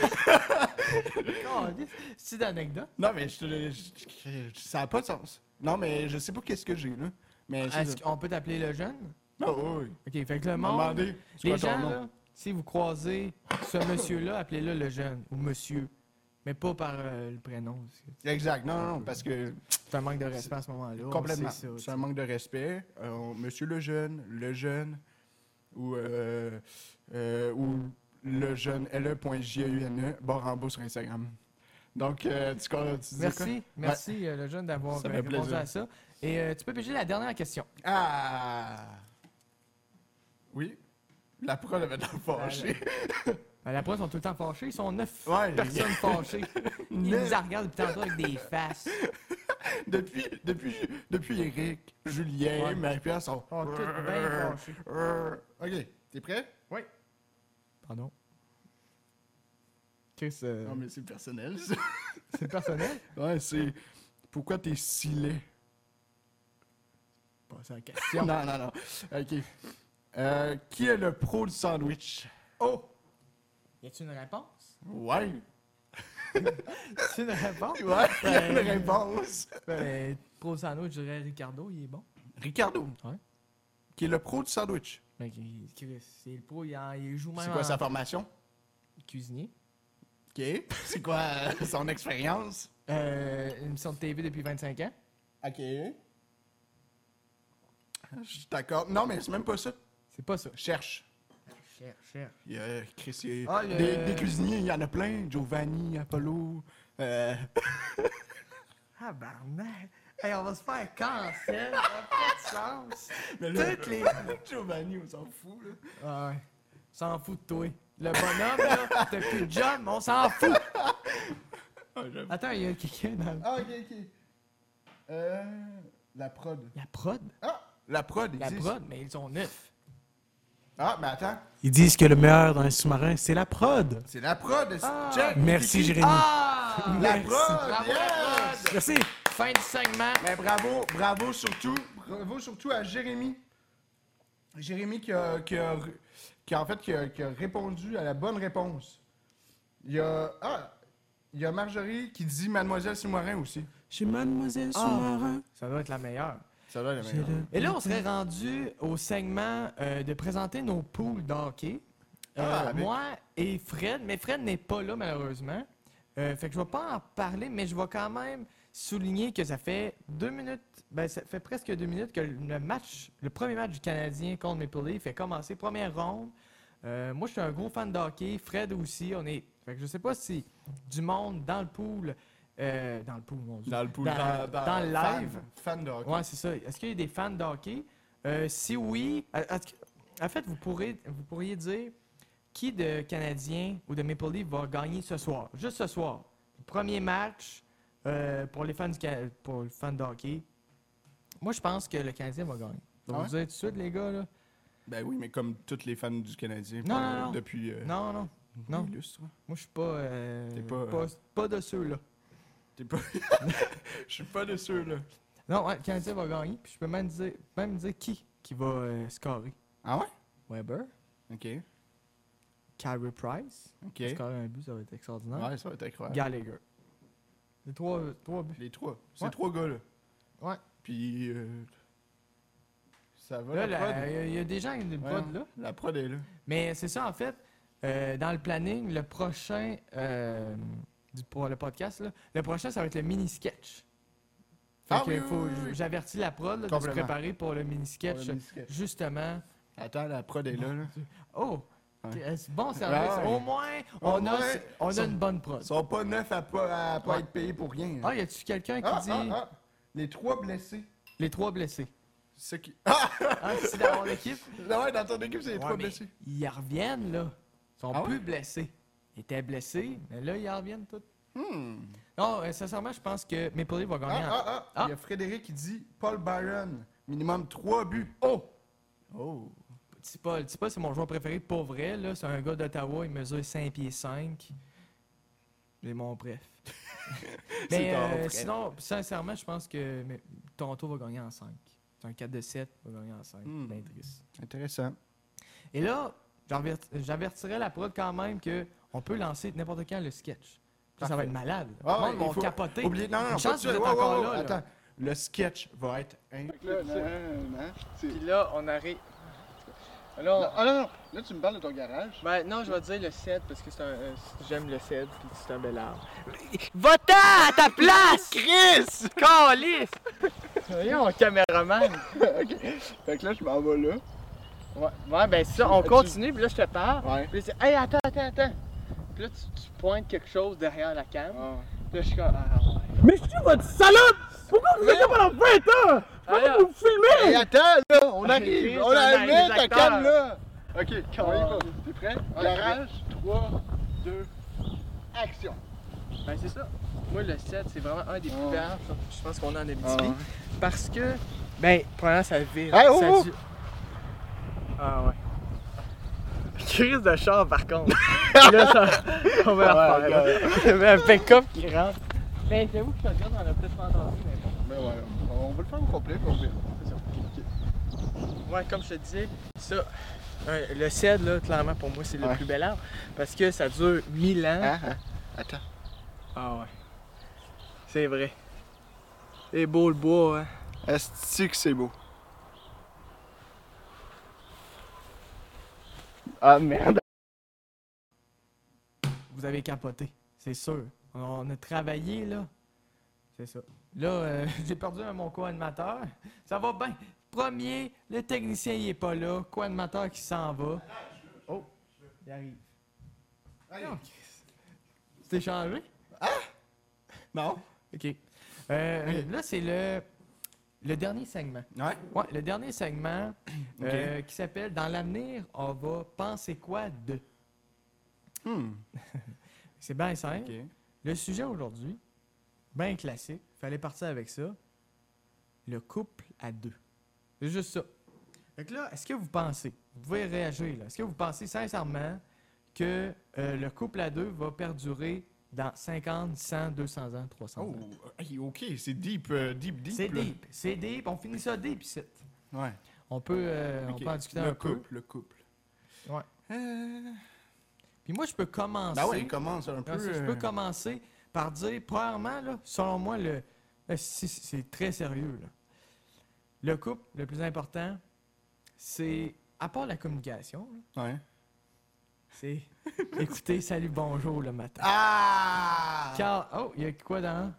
Speaker 4: Caliste. C'est une anecdote.
Speaker 1: non, mais je, te- je- je- ça n'a pas de sens. Non, mais je sais pas qu'est-ce que j'ai, là. Mais c'est
Speaker 4: Est-ce
Speaker 1: ça.
Speaker 4: qu'on peut t'appeler le jeune?
Speaker 1: Non, oui, oui.
Speaker 4: Ok, fait que le monde.
Speaker 1: Demandez, c'est
Speaker 4: les
Speaker 1: quoi ton
Speaker 4: gens,
Speaker 1: nom?
Speaker 4: là, si vous croisez ce monsieur-là, appelez-le le jeune ou monsieur. Mais pas par euh, le prénom. parce que
Speaker 1: Exact. Non, non, non, parce que
Speaker 4: C'est un manque de respect à ce moment-là. on
Speaker 1: complètement,
Speaker 4: sait Oh, ça, tu
Speaker 1: c'est
Speaker 4: sais.
Speaker 1: un manque de respect. Euh, on- Monsieur le jeune, le jeune, ou, euh, euh, ou le jeune, E L-E.J-E-U-N-E, barre en bas sur Instagram. Donc, euh, tu, crois- tu disais quoi?
Speaker 4: Merci, merci euh, le jeune d'avoir
Speaker 1: Ça
Speaker 4: euh,
Speaker 1: fait
Speaker 4: répondu
Speaker 1: plaisir.
Speaker 4: à ça. Et euh, tu peux piger la dernière question.
Speaker 1: Ah! Oui? La prod avait l'air fâchée.
Speaker 4: Ben, la preuve, ils sont tout le temps fâchés. Ils sont neuf
Speaker 1: Ouais.
Speaker 4: personnes fâchées. Ils
Speaker 1: Neuf.
Speaker 4: nous en regardent depuis tantôt avec des faces.
Speaker 1: depuis, depuis, depuis Eric, Julien,
Speaker 4: Ouais.
Speaker 1: Marie-Pierre sont...
Speaker 4: Ils sont tous bien fâchés.
Speaker 1: OK, t'es prêt?
Speaker 4: Pardon. Chris, euh,
Speaker 1: Non, mais c'est personnel, ça.
Speaker 4: c'est personnel?
Speaker 1: Ouais, c'est... Pourquoi t'es si laid?
Speaker 4: Bon, c'est un cas.
Speaker 1: Non, non, non. OK. Euh, qui est le pro du sandwich?
Speaker 4: Oh! Y a-tu une réponse?
Speaker 1: Ouais.
Speaker 4: Y a-tu une réponse?
Speaker 1: Ouais, il y a une réponse.
Speaker 4: Ben, pro sandwich, je dirais Ricardo, il est bon.
Speaker 1: Ricardo.
Speaker 4: Ouais.
Speaker 1: Qui est le pro du sandwich.
Speaker 4: Ben, qui- Chris, c'est le pro, il, en- il joue même
Speaker 1: C'est quoi
Speaker 4: en
Speaker 1: sa formation?
Speaker 4: cuisinier.
Speaker 1: OK. C'est quoi euh, son expérience?
Speaker 4: Euh, une émission de TV depuis 25 ans.
Speaker 1: OK. Je suis d'accord. Non, mais c'est même pas ça.
Speaker 4: C'est pas ça.
Speaker 1: Cherche.
Speaker 4: Cher, cher.
Speaker 1: Il y a Chris, il y a-
Speaker 4: Ah, il y a-
Speaker 1: des, des cuisiniers, il y en a plein. Giovanni, Apollo. euh,
Speaker 4: Ah, barnac! Hey, on va se faire cancel! Ça n'a pas de sens!
Speaker 1: mais là-
Speaker 4: Toutes les-
Speaker 1: Giovanni, on s'en fout. Là.
Speaker 4: Ah ouais. S'en fout de toi. Le bonhomme, là, t'as plus de job, mais on s'en fout! Attends, il y a quelqu'un dans le...
Speaker 1: Ah, OK, OK. Euh, la prod.
Speaker 4: La prod?
Speaker 1: Ah, la prod
Speaker 4: La
Speaker 1: existe.
Speaker 4: prod, mais ils sont neufs.
Speaker 1: Ah, mais attends.
Speaker 5: Ils disent que le meilleur dans un sous-marin, c'est la prod.
Speaker 1: C'est la prod. Check.
Speaker 5: Merci, Jérémy.
Speaker 4: Ah!
Speaker 1: Ah! La
Speaker 5: Merci.
Speaker 1: prod,
Speaker 4: Bravo, la
Speaker 1: yes!
Speaker 4: prod!
Speaker 5: Merci.
Speaker 4: Fin du segment.
Speaker 1: Mais bravo, bravo surtout, bravo surtout à Jérémy. Jérémy qui a, qui a- qui a- en fait, qui a, qui a répondu à la bonne réponse. Il y a, ah, il y a Marjorie qui dit Mademoiselle Simorin aussi.
Speaker 5: Chez Mademoiselle Sous-marin.
Speaker 4: Ça doit être la meilleure.
Speaker 1: Ça va,
Speaker 5: j'ai le-
Speaker 4: Et là, on serait rendu au segment euh, de présenter nos poules d'hockey. Euh,
Speaker 1: Ah, avec-
Speaker 4: Moi et Fred, mais Fred n'est pas là malheureusement. Euh, fait que je vais pas en parler, mais je vais quand même souligner que ça fait deux minutes, ben ça fait presque deux minutes que le match, le premier match du Canadien contre Maple Leaf fait commencer, première ronde. Euh, moi, je suis un gros fan de hockey, Fred aussi. On est, fait que je sais pas si du monde dans le pool, euh, dans le pool, mon Dieu.
Speaker 1: le pool.
Speaker 4: Dans- dans le live.
Speaker 1: Fan, fan de hockey.
Speaker 4: Ouais, c'est ça. Est-ce qu'il y a des fans de hockey? Euh, si oui, à- à- en fait, vous, pourrez, vous pourriez dire qui de Canadien ou de Maple Leaf va gagner ce soir. Juste ce soir. Le Premier match euh, pour les fans du Can- pour les fans de hockey. Moi, je pense que le Canadien va gagner. Je vais
Speaker 1: Ah
Speaker 4: vous dire tout de suite, les gars. Là.
Speaker 1: Ben oui, mais comme tous les fans du Canadien
Speaker 4: Non,
Speaker 1: euh,
Speaker 4: non, non.
Speaker 1: depuis euh,
Speaker 4: Non, non. Non,
Speaker 1: des lustres.
Speaker 4: moi, je suis pas, euh,
Speaker 1: T'es pas, euh,
Speaker 4: pas, pas de ceux-là.
Speaker 1: T'es pas. Je suis pas de ceux là.
Speaker 4: Non, ouais, le Canadien va gagner. Puis je peux même dire, même dire qui qui va euh, scorer.
Speaker 1: Ah ouais?
Speaker 4: Weber,
Speaker 1: Ok.
Speaker 4: Carey Price.
Speaker 1: Ok.
Speaker 4: Scorer un but, ça va être extraordinaire.
Speaker 1: Ouais, ça va être incroyable.
Speaker 4: Gallagher. Les trois, trois buts.
Speaker 1: Les trois. C'est
Speaker 4: Ouais.
Speaker 1: trois gars, là.
Speaker 4: Ouais.
Speaker 1: Puis. euh, ça va,
Speaker 4: Là,
Speaker 1: la, prod?
Speaker 4: là, il y, a des gens qui nous
Speaker 1: Ouais,
Speaker 4: prod, là.
Speaker 1: La prod est là.
Speaker 4: Mais c'est ça, en fait, euh, dans le planning, le prochain, euh, du, pour le podcast, là, le prochain, ça va être le mini-sketch. Fait
Speaker 1: Ah
Speaker 4: que
Speaker 1: oui,
Speaker 4: faut-
Speaker 1: oui, oui.
Speaker 4: j'avertis la prod là, de se
Speaker 1: Complètement.
Speaker 4: préparer pour le mini-sketch.
Speaker 1: Pour le mini-sketch.
Speaker 4: Justement.
Speaker 1: Attends, la prod est là, là.
Speaker 4: Oh!
Speaker 1: Ouais.
Speaker 4: que- est-ce Bon service.
Speaker 1: Ouais.
Speaker 4: Au moins,
Speaker 1: Au
Speaker 4: on, a,
Speaker 1: moins,
Speaker 4: on a
Speaker 1: sont-
Speaker 4: une bonne prod.
Speaker 1: Ils sont pas neufs à pas, à pas
Speaker 4: Ouais.
Speaker 1: être payés pour rien. là.
Speaker 4: Ah, y a-tu quelqu'un qui
Speaker 1: Ah,
Speaker 4: dit
Speaker 1: ah, ah. Les trois blessés.
Speaker 4: les trois blessés?
Speaker 1: C'est qui. Ah!
Speaker 4: Hein, c'est d'avoir l'équipe.
Speaker 1: Là, ouais, dans ton équipe, c'est les
Speaker 4: Ouais,
Speaker 1: trois
Speaker 4: mais
Speaker 1: blessés.
Speaker 4: Ils reviennent, là. Ils sont
Speaker 1: Ah ouais?
Speaker 4: plus blessés. Ils étaient blessés, mais là, ils en reviennent tous.
Speaker 1: Hmm.
Speaker 4: Non, euh, sincèrement, je pense que Maple Leaf va
Speaker 1: Ah,
Speaker 4: gagner. en-
Speaker 1: ah, ah,
Speaker 4: Ah.
Speaker 1: Il y a Frédéric qui dit Paul Byron, minimum trois buts.
Speaker 4: Oh!
Speaker 1: Oh.
Speaker 4: Petit Paul, petit Paul, c'est mon joueur préféré pour vrai, là. C'est un gars d'Ottawa, il mesure 5 pieds 5. C'est mon bref. mais
Speaker 1: C'est ton
Speaker 4: euh,
Speaker 1: bref.
Speaker 4: sinon, sincèrement, je pense que mais, Toronto va gagner en 5. C'est un 4 de 7, va gagner en 5.
Speaker 1: Hmm.
Speaker 4: Bien triste.
Speaker 1: Intéressant.
Speaker 4: Et là, j'averti- j'avertirais la prod quand même que on peut lancer n'importe quand le sketch. Puis Ça va être malade.
Speaker 1: Ah,
Speaker 4: le
Speaker 1: il
Speaker 4: monde
Speaker 1: faut
Speaker 4: va capoter.
Speaker 1: Oubliez- Non, non,
Speaker 4: Une
Speaker 1: non,
Speaker 4: chance
Speaker 1: pas tout de
Speaker 4: que vous
Speaker 1: suite.
Speaker 4: êtes
Speaker 1: Ouais, ouais,
Speaker 4: encore
Speaker 1: ouais,
Speaker 4: là, là.
Speaker 1: Attends, le sketch va être.
Speaker 6: Fait que là, c'est un, hein, c'est-
Speaker 3: Puis là, on arrive.
Speaker 2: Là, on-
Speaker 6: Ah non, non, là tu me parles de ton garage.
Speaker 2: Ben, non, je vais dire le cèdre parce que c'est un. euh, J'aime le cèdre puis c'est un bel arbre.
Speaker 4: Va-t'en à ta place! Chris! Calice!
Speaker 2: Voyons, caméraman!
Speaker 6: Fait que là je m'en vais là.
Speaker 2: Ouais, ouais, ben ça, on continue, puis là je te parle.
Speaker 6: Ouais.
Speaker 2: Puis là, c'est Hey, attends, attends, attends! Puis là, tu, tu pointes quelque chose derrière la cam. Puis là, je suis comme. Ah, ouais.
Speaker 4: Mais je suis votre salope! Pourquoi vous êtes pas dans 20 ans?
Speaker 2: Alors,
Speaker 4: Vous filmez!
Speaker 6: Et attends là, on
Speaker 4: Ah,
Speaker 2: Chris,
Speaker 6: arrive, on
Speaker 2: on
Speaker 6: arrive,
Speaker 2: arrive, les
Speaker 6: ta
Speaker 2: acteurs.
Speaker 6: canne là. Euh, Ok, on y
Speaker 2: Ah.
Speaker 6: va. T'es prêt? Garage, 3, 2, action.
Speaker 2: Ben, c'est ça. Moi, le 7, c'est vraiment un des plus
Speaker 6: Ouais.
Speaker 2: belles arbres, je pense qu'on a en Abitibi.
Speaker 6: Oh. Ah ouais.
Speaker 2: Parce que, ben, premièrement, ça vire.
Speaker 6: Hey, oh,
Speaker 2: ça
Speaker 6: oh!
Speaker 2: du- Ah ouais. Crise de char, par contre. là, ça... on va la
Speaker 6: Ouais,
Speaker 2: refaire. là. Mais un pick-up qui rentre. Oh, Ben, j'avoue que Shotgun, on a peut-être pas entendu, mais bon.
Speaker 6: Ben ouais, on va le faire au complet pour bien.
Speaker 2: Ouais, comme je te disais, ça, un- le cèdre, là, clairement, pour moi, c'est le
Speaker 6: Ouais.
Speaker 2: plus bel arbre. Parce que ça dure 1000 ans.
Speaker 6: Hein? hein? Attends.
Speaker 2: Ah ouais. C'est vrai. C'est beau le bois, hein.
Speaker 6: Est-ce que c'est beau? Ah merde.
Speaker 4: Vous avez capoté, c'est sûr. On a travaillé, là. C'est ça. Là, euh, j'ai perdu un- mon co-animateur. Ça va bien. Premier, le technicien, il est pas là. Co-animateur qui s'en va. Oh, il arrive. Non, Chris. Tu t'es changé?
Speaker 1: Non?
Speaker 4: OK. Euh, là, c'est le, le dernier segment.
Speaker 1: Ouais?
Speaker 4: Ouais, le dernier segment euh, qui s'appelle Dans l'avenir, on va penser quoi de.
Speaker 1: Hmm.
Speaker 4: C'est bien simple.
Speaker 1: Ok.
Speaker 4: Le sujet aujourd'hui, bien classique, fallait partir avec ça. Le couple à deux. C'est juste ça. Donc là, est-ce que vous pensez, vous pouvez réagir là, est-ce que vous pensez sincèrement que euh, le couple à deux va perdurer dans 50, 100, 200 ans, 300
Speaker 1: Oh,
Speaker 4: ans?
Speaker 1: hey, ok, c'est deep, euh, deep, deep.
Speaker 4: C'est
Speaker 1: là.
Speaker 4: deep, c'est deep, on finit ça deep ici.
Speaker 1: Ouais.
Speaker 4: On peut, euh, on
Speaker 1: Ok.
Speaker 4: peut en discuter
Speaker 1: le
Speaker 4: un peu.
Speaker 1: couple, le couple.
Speaker 4: Ouais. Ah,
Speaker 1: Euh...
Speaker 4: Puis moi, je peux commencer.
Speaker 1: Ben ouais, il commence un peu.
Speaker 4: Non, si je
Speaker 1: euh,
Speaker 4: peux commencer par dire, premièrement, là, selon moi, le, là, si- si- c'est très sérieux. là. Le couple, le plus important, c'est, à part la communication, là,
Speaker 1: Ouais.
Speaker 4: c'est écouter salut, bonjour le matin.
Speaker 1: Ah!
Speaker 4: Car, oh, il y a quoi dans?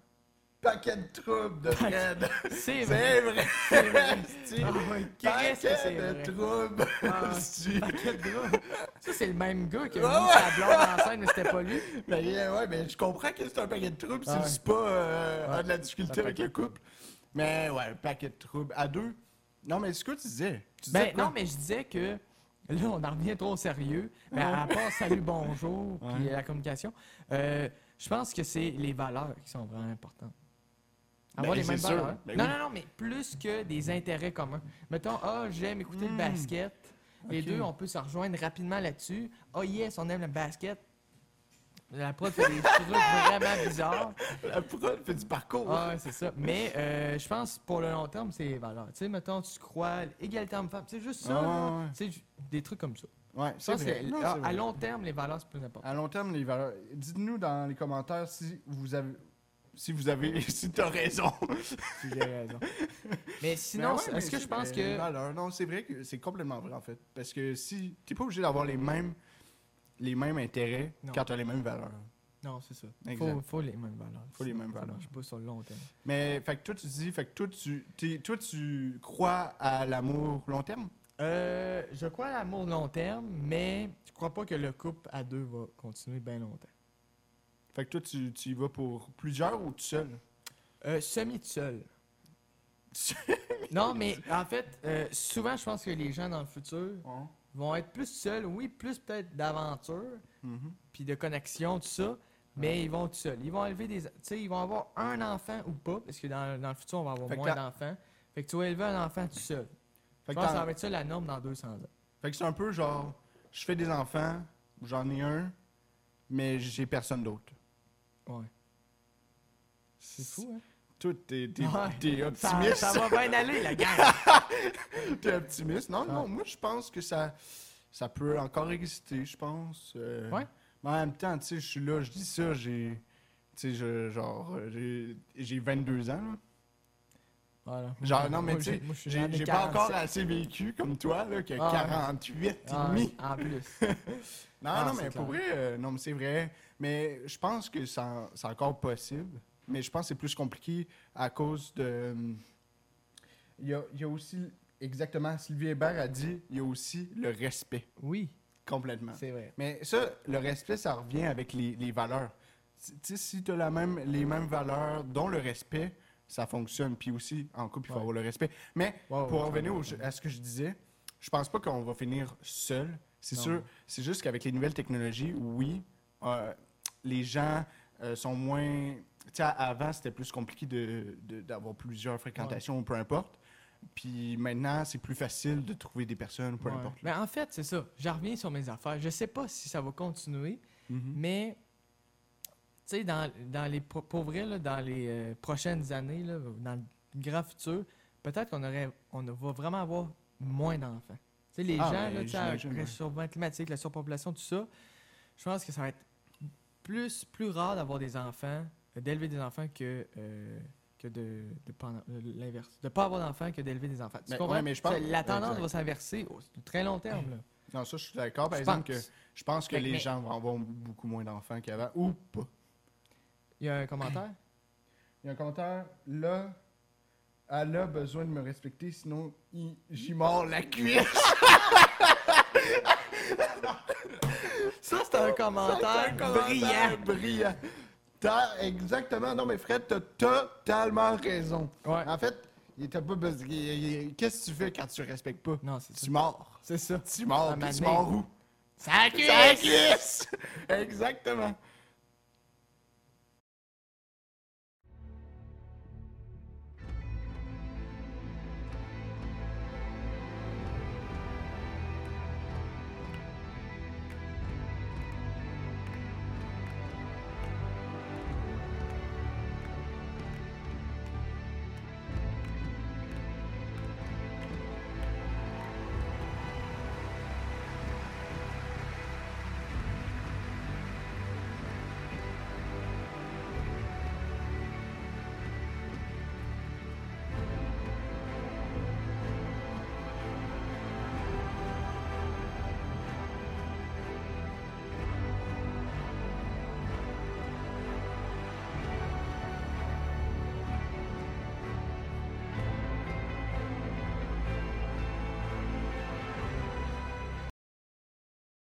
Speaker 1: Paquet de troubles de Fred.
Speaker 4: C'est vrai.
Speaker 1: C'est vrai. c'est-tu.
Speaker 4: Ah ouais,
Speaker 1: Paquet
Speaker 4: qu'est-ce que c'est vrai?
Speaker 1: de troubles.
Speaker 4: Ah,
Speaker 1: c'est-tu.
Speaker 4: Paquet de gros. Ça, c'est le même gars qui a
Speaker 1: Ouais,
Speaker 4: mis sa blonde en scène, mais c'était pas lui.
Speaker 1: Mais euh, ouais, mais je comprends que c'est un paquet de troubles
Speaker 4: Ah
Speaker 1: si
Speaker 4: ouais.
Speaker 1: c'est pas euh, a de la difficulté
Speaker 4: un
Speaker 1: avec
Speaker 4: paquet
Speaker 1: le couple. Mais ouais, un paquet de troubles. À deux. Non, mais c'est quoi tu disais? Tu disais
Speaker 4: Ben
Speaker 1: quoi?
Speaker 4: non, mais je disais que là, on en revient trop au sérieux. Mais à part salut, bonjour, puis la communication, euh, je pense que c'est les valeurs qui sont vraiment importantes. Avoir
Speaker 1: Ben,
Speaker 4: les mêmes
Speaker 1: c'est sûr.
Speaker 4: valeurs.
Speaker 1: Ben
Speaker 4: non,
Speaker 1: oui.
Speaker 4: non, non, mais plus que des intérêts communs. Mettons, ah, j'aime écouter le basket. Les
Speaker 1: Hmm. Ok.
Speaker 4: deux, on peut se rejoindre rapidement là-dessus. Ah, yes, on aime le basket. La prod fait des trucs vraiment bizarres.
Speaker 1: La prod fait du parcours.
Speaker 4: Ah, ouais, c'est ça. Mais euh, je pense pour le long terme, c'est les valeurs. Tu sais, mettons, tu crois l'égalité homme-femme. C'est juste ça.
Speaker 1: Ah,
Speaker 4: là.
Speaker 1: ouais, ouais.
Speaker 4: Tu sais, j- des trucs comme ça.
Speaker 1: Ouais,
Speaker 4: Ça,
Speaker 1: c'est
Speaker 4: c'est ah,
Speaker 1: vrai. Non,
Speaker 4: à,
Speaker 1: c'est
Speaker 4: à
Speaker 1: vrai.
Speaker 4: long terme, les valeurs, c'est plus important.
Speaker 1: À long terme, les valeurs. Dites-nous dans les commentaires si vous avez. Si vous avez. Si t'as raison. Ah,
Speaker 4: Mais sinon,
Speaker 1: Mais Ben ouais,
Speaker 4: c'est-
Speaker 1: mais
Speaker 4: est-ce que
Speaker 1: c'est
Speaker 4: je pense
Speaker 1: vrai,
Speaker 4: que.
Speaker 1: les valeurs, non, c'est vrai que c'est complètement vrai, en fait. Parce que si. T'es pas obligé d'avoir les mêmes. Les mêmes intérêts
Speaker 4: Non.
Speaker 1: quand t'as les mêmes valeurs.
Speaker 4: Non, c'est ça. Faut,
Speaker 1: Exact.
Speaker 4: faut les mêmes valeurs.
Speaker 1: Faut les mêmes
Speaker 4: Ça
Speaker 1: valeurs.
Speaker 4: marche pas sur le long terme.
Speaker 1: Mais, fait que toi, tu dis. Fait que toi, tu. t'es- toi, tu crois à l'amour long terme?
Speaker 4: Euh, je crois à l'amour long terme, mais je crois pas que le couple à deux va continuer bien longtemps.
Speaker 1: Fait que toi, tu, tu y vas pour plusieurs ou tout seul?
Speaker 4: Euh, semi tout seul. non, mais en fait, euh, souvent, je pense que les gens dans le futur
Speaker 1: Ouais.
Speaker 4: vont être plus seuls, oui, plus peut-être d'aventure,
Speaker 1: Mhm.
Speaker 4: puis de connexion, tout ça, mais ils vont tout seuls. Ils vont élever des. Tu sais, ils vont avoir un enfant ou pas, parce que dans, dans le futur, on va avoir
Speaker 1: Fait que
Speaker 4: moins
Speaker 1: la-
Speaker 4: d'enfants. Fait que tu vas élever un enfant tout seul.
Speaker 1: Fait
Speaker 4: je
Speaker 1: que,
Speaker 4: pense que
Speaker 1: t'en-
Speaker 4: ça va être ça la norme dans 200 ans.
Speaker 1: fait que c'est un peu genre. Je fais des enfants, j'en ai un, mais j'ai personne d'autre.
Speaker 4: Ouais. C'est fou, hein?
Speaker 1: Toi, t'es t'es-
Speaker 4: Ouais.
Speaker 1: t'es
Speaker 4: Ça,
Speaker 1: optimiste.
Speaker 4: ça va bien aller, la gang!
Speaker 1: T'es optimiste. Non, non, moi, je pense que ça, ça peut encore exister, je pense. Euh,
Speaker 4: Ouais.
Speaker 1: Mais en même temps, tu sais, je suis là, je dis ça, j'ai. Tu sais, je- genre, euh, j'ai j'ai 22 ans, là.
Speaker 4: Voilà.
Speaker 1: Genre, non, mais
Speaker 4: Moi,
Speaker 1: tu
Speaker 4: j'ai-
Speaker 1: sais,
Speaker 4: moi, je suis dans
Speaker 1: j'ai
Speaker 4: les
Speaker 1: j'ai pas encore
Speaker 4: 47.
Speaker 1: assez vécu comme toi, là, que
Speaker 4: Ah, ouais.
Speaker 1: 48
Speaker 4: Ah,
Speaker 1: et demi.
Speaker 4: En plus.
Speaker 1: Non,
Speaker 4: Ah,
Speaker 1: non,
Speaker 4: c'est
Speaker 1: mais pour vrai, euh, non, mais c'est vrai. Mais je pense que c'est en- c'est encore possible. Mais je pense que c'est plus compliqué à cause de. euh, Il y a, il y a aussi, exactement, Sylvie Hébert a dit, il y a aussi le respect,
Speaker 4: Oui,
Speaker 1: complètement.
Speaker 4: c'est vrai.
Speaker 1: Mais ça, le respect, ça revient avec les, les valeurs. Tu sais, si tu as même, les mêmes valeurs, dont le respect, ça fonctionne. Puis aussi, en couple, il faut
Speaker 4: Ouais.
Speaker 1: avoir le respect. Mais
Speaker 4: Ouais, ouais,
Speaker 1: pour
Speaker 4: ouais,
Speaker 1: en revenir au- à ce que je disais, je pense pas qu'on va finir seul. C'est
Speaker 4: Non.
Speaker 1: sûr. C'est juste qu'avec les nouvelles technologies, oui, euh, les gens euh, sont moins. Tu sais, avant, c'était plus compliqué de- de- d'avoir plusieurs fréquentations ou peu importe. Puis maintenant, c'est plus facile de trouver des personnes, peu
Speaker 4: Ouais.
Speaker 1: importe.
Speaker 4: Mais en fait, c'est ça. Je reviens sur mes affaires. Je sais pas si ça va continuer, mais tu sais, dans, dans les pro- pour vrai, là, dans les euh, prochaines années, là, dans le grand futur, peut-être qu'on aurait on va vraiment avoir moins d'enfants. Tu sais, les
Speaker 1: Ah,
Speaker 4: gens,
Speaker 1: ben,
Speaker 4: là, tu sais,
Speaker 1: j'imagine,
Speaker 4: avec le
Speaker 1: ouais.
Speaker 4: réchauffement climatique, la surpopulation, tout ça, je pense que ça va être plus, plus rare d'avoir des enfants, euh, d'élever des enfants que, euh, que de, de pas en- euh, l'inverse. De pas avoir d'enfants que d'élever des enfants. Tu
Speaker 1: Mais-
Speaker 4: comprends?
Speaker 1: ouais, mais je pense-
Speaker 4: la tendance
Speaker 1: Exact.
Speaker 4: va s'inverser au du très long terme. là.
Speaker 1: Non, ça, je suis d'accord. Par
Speaker 4: Je
Speaker 1: exemple,
Speaker 4: pense.
Speaker 1: que je pense que
Speaker 4: Fait que
Speaker 1: les
Speaker 4: mais-
Speaker 1: gens vont avoir beaucoup moins d'enfants qu'avant. Ou pas.
Speaker 4: Il y a un commentaire?
Speaker 1: Il y a un commentaire. Là, elle a besoin de me respecter, sinon, il- j'y mords la cuisse.
Speaker 4: Ça, c'est un commentaire
Speaker 1: Brillant. Brillant. T'as exactement. Non, mais Fred, t'as totalement raison.
Speaker 4: Ouais.
Speaker 1: En fait, il était pas besoin. il- il- il- Qu'est-ce que tu fais quand tu respectes pas?
Speaker 4: Non, c'est ça.
Speaker 1: Tu mords.
Speaker 4: C'est ça.
Speaker 1: Tu mords.
Speaker 4: À
Speaker 1: puis Tu
Speaker 4: ma
Speaker 1: mords où?
Speaker 4: Ça
Speaker 1: Sa cuisse! exactement.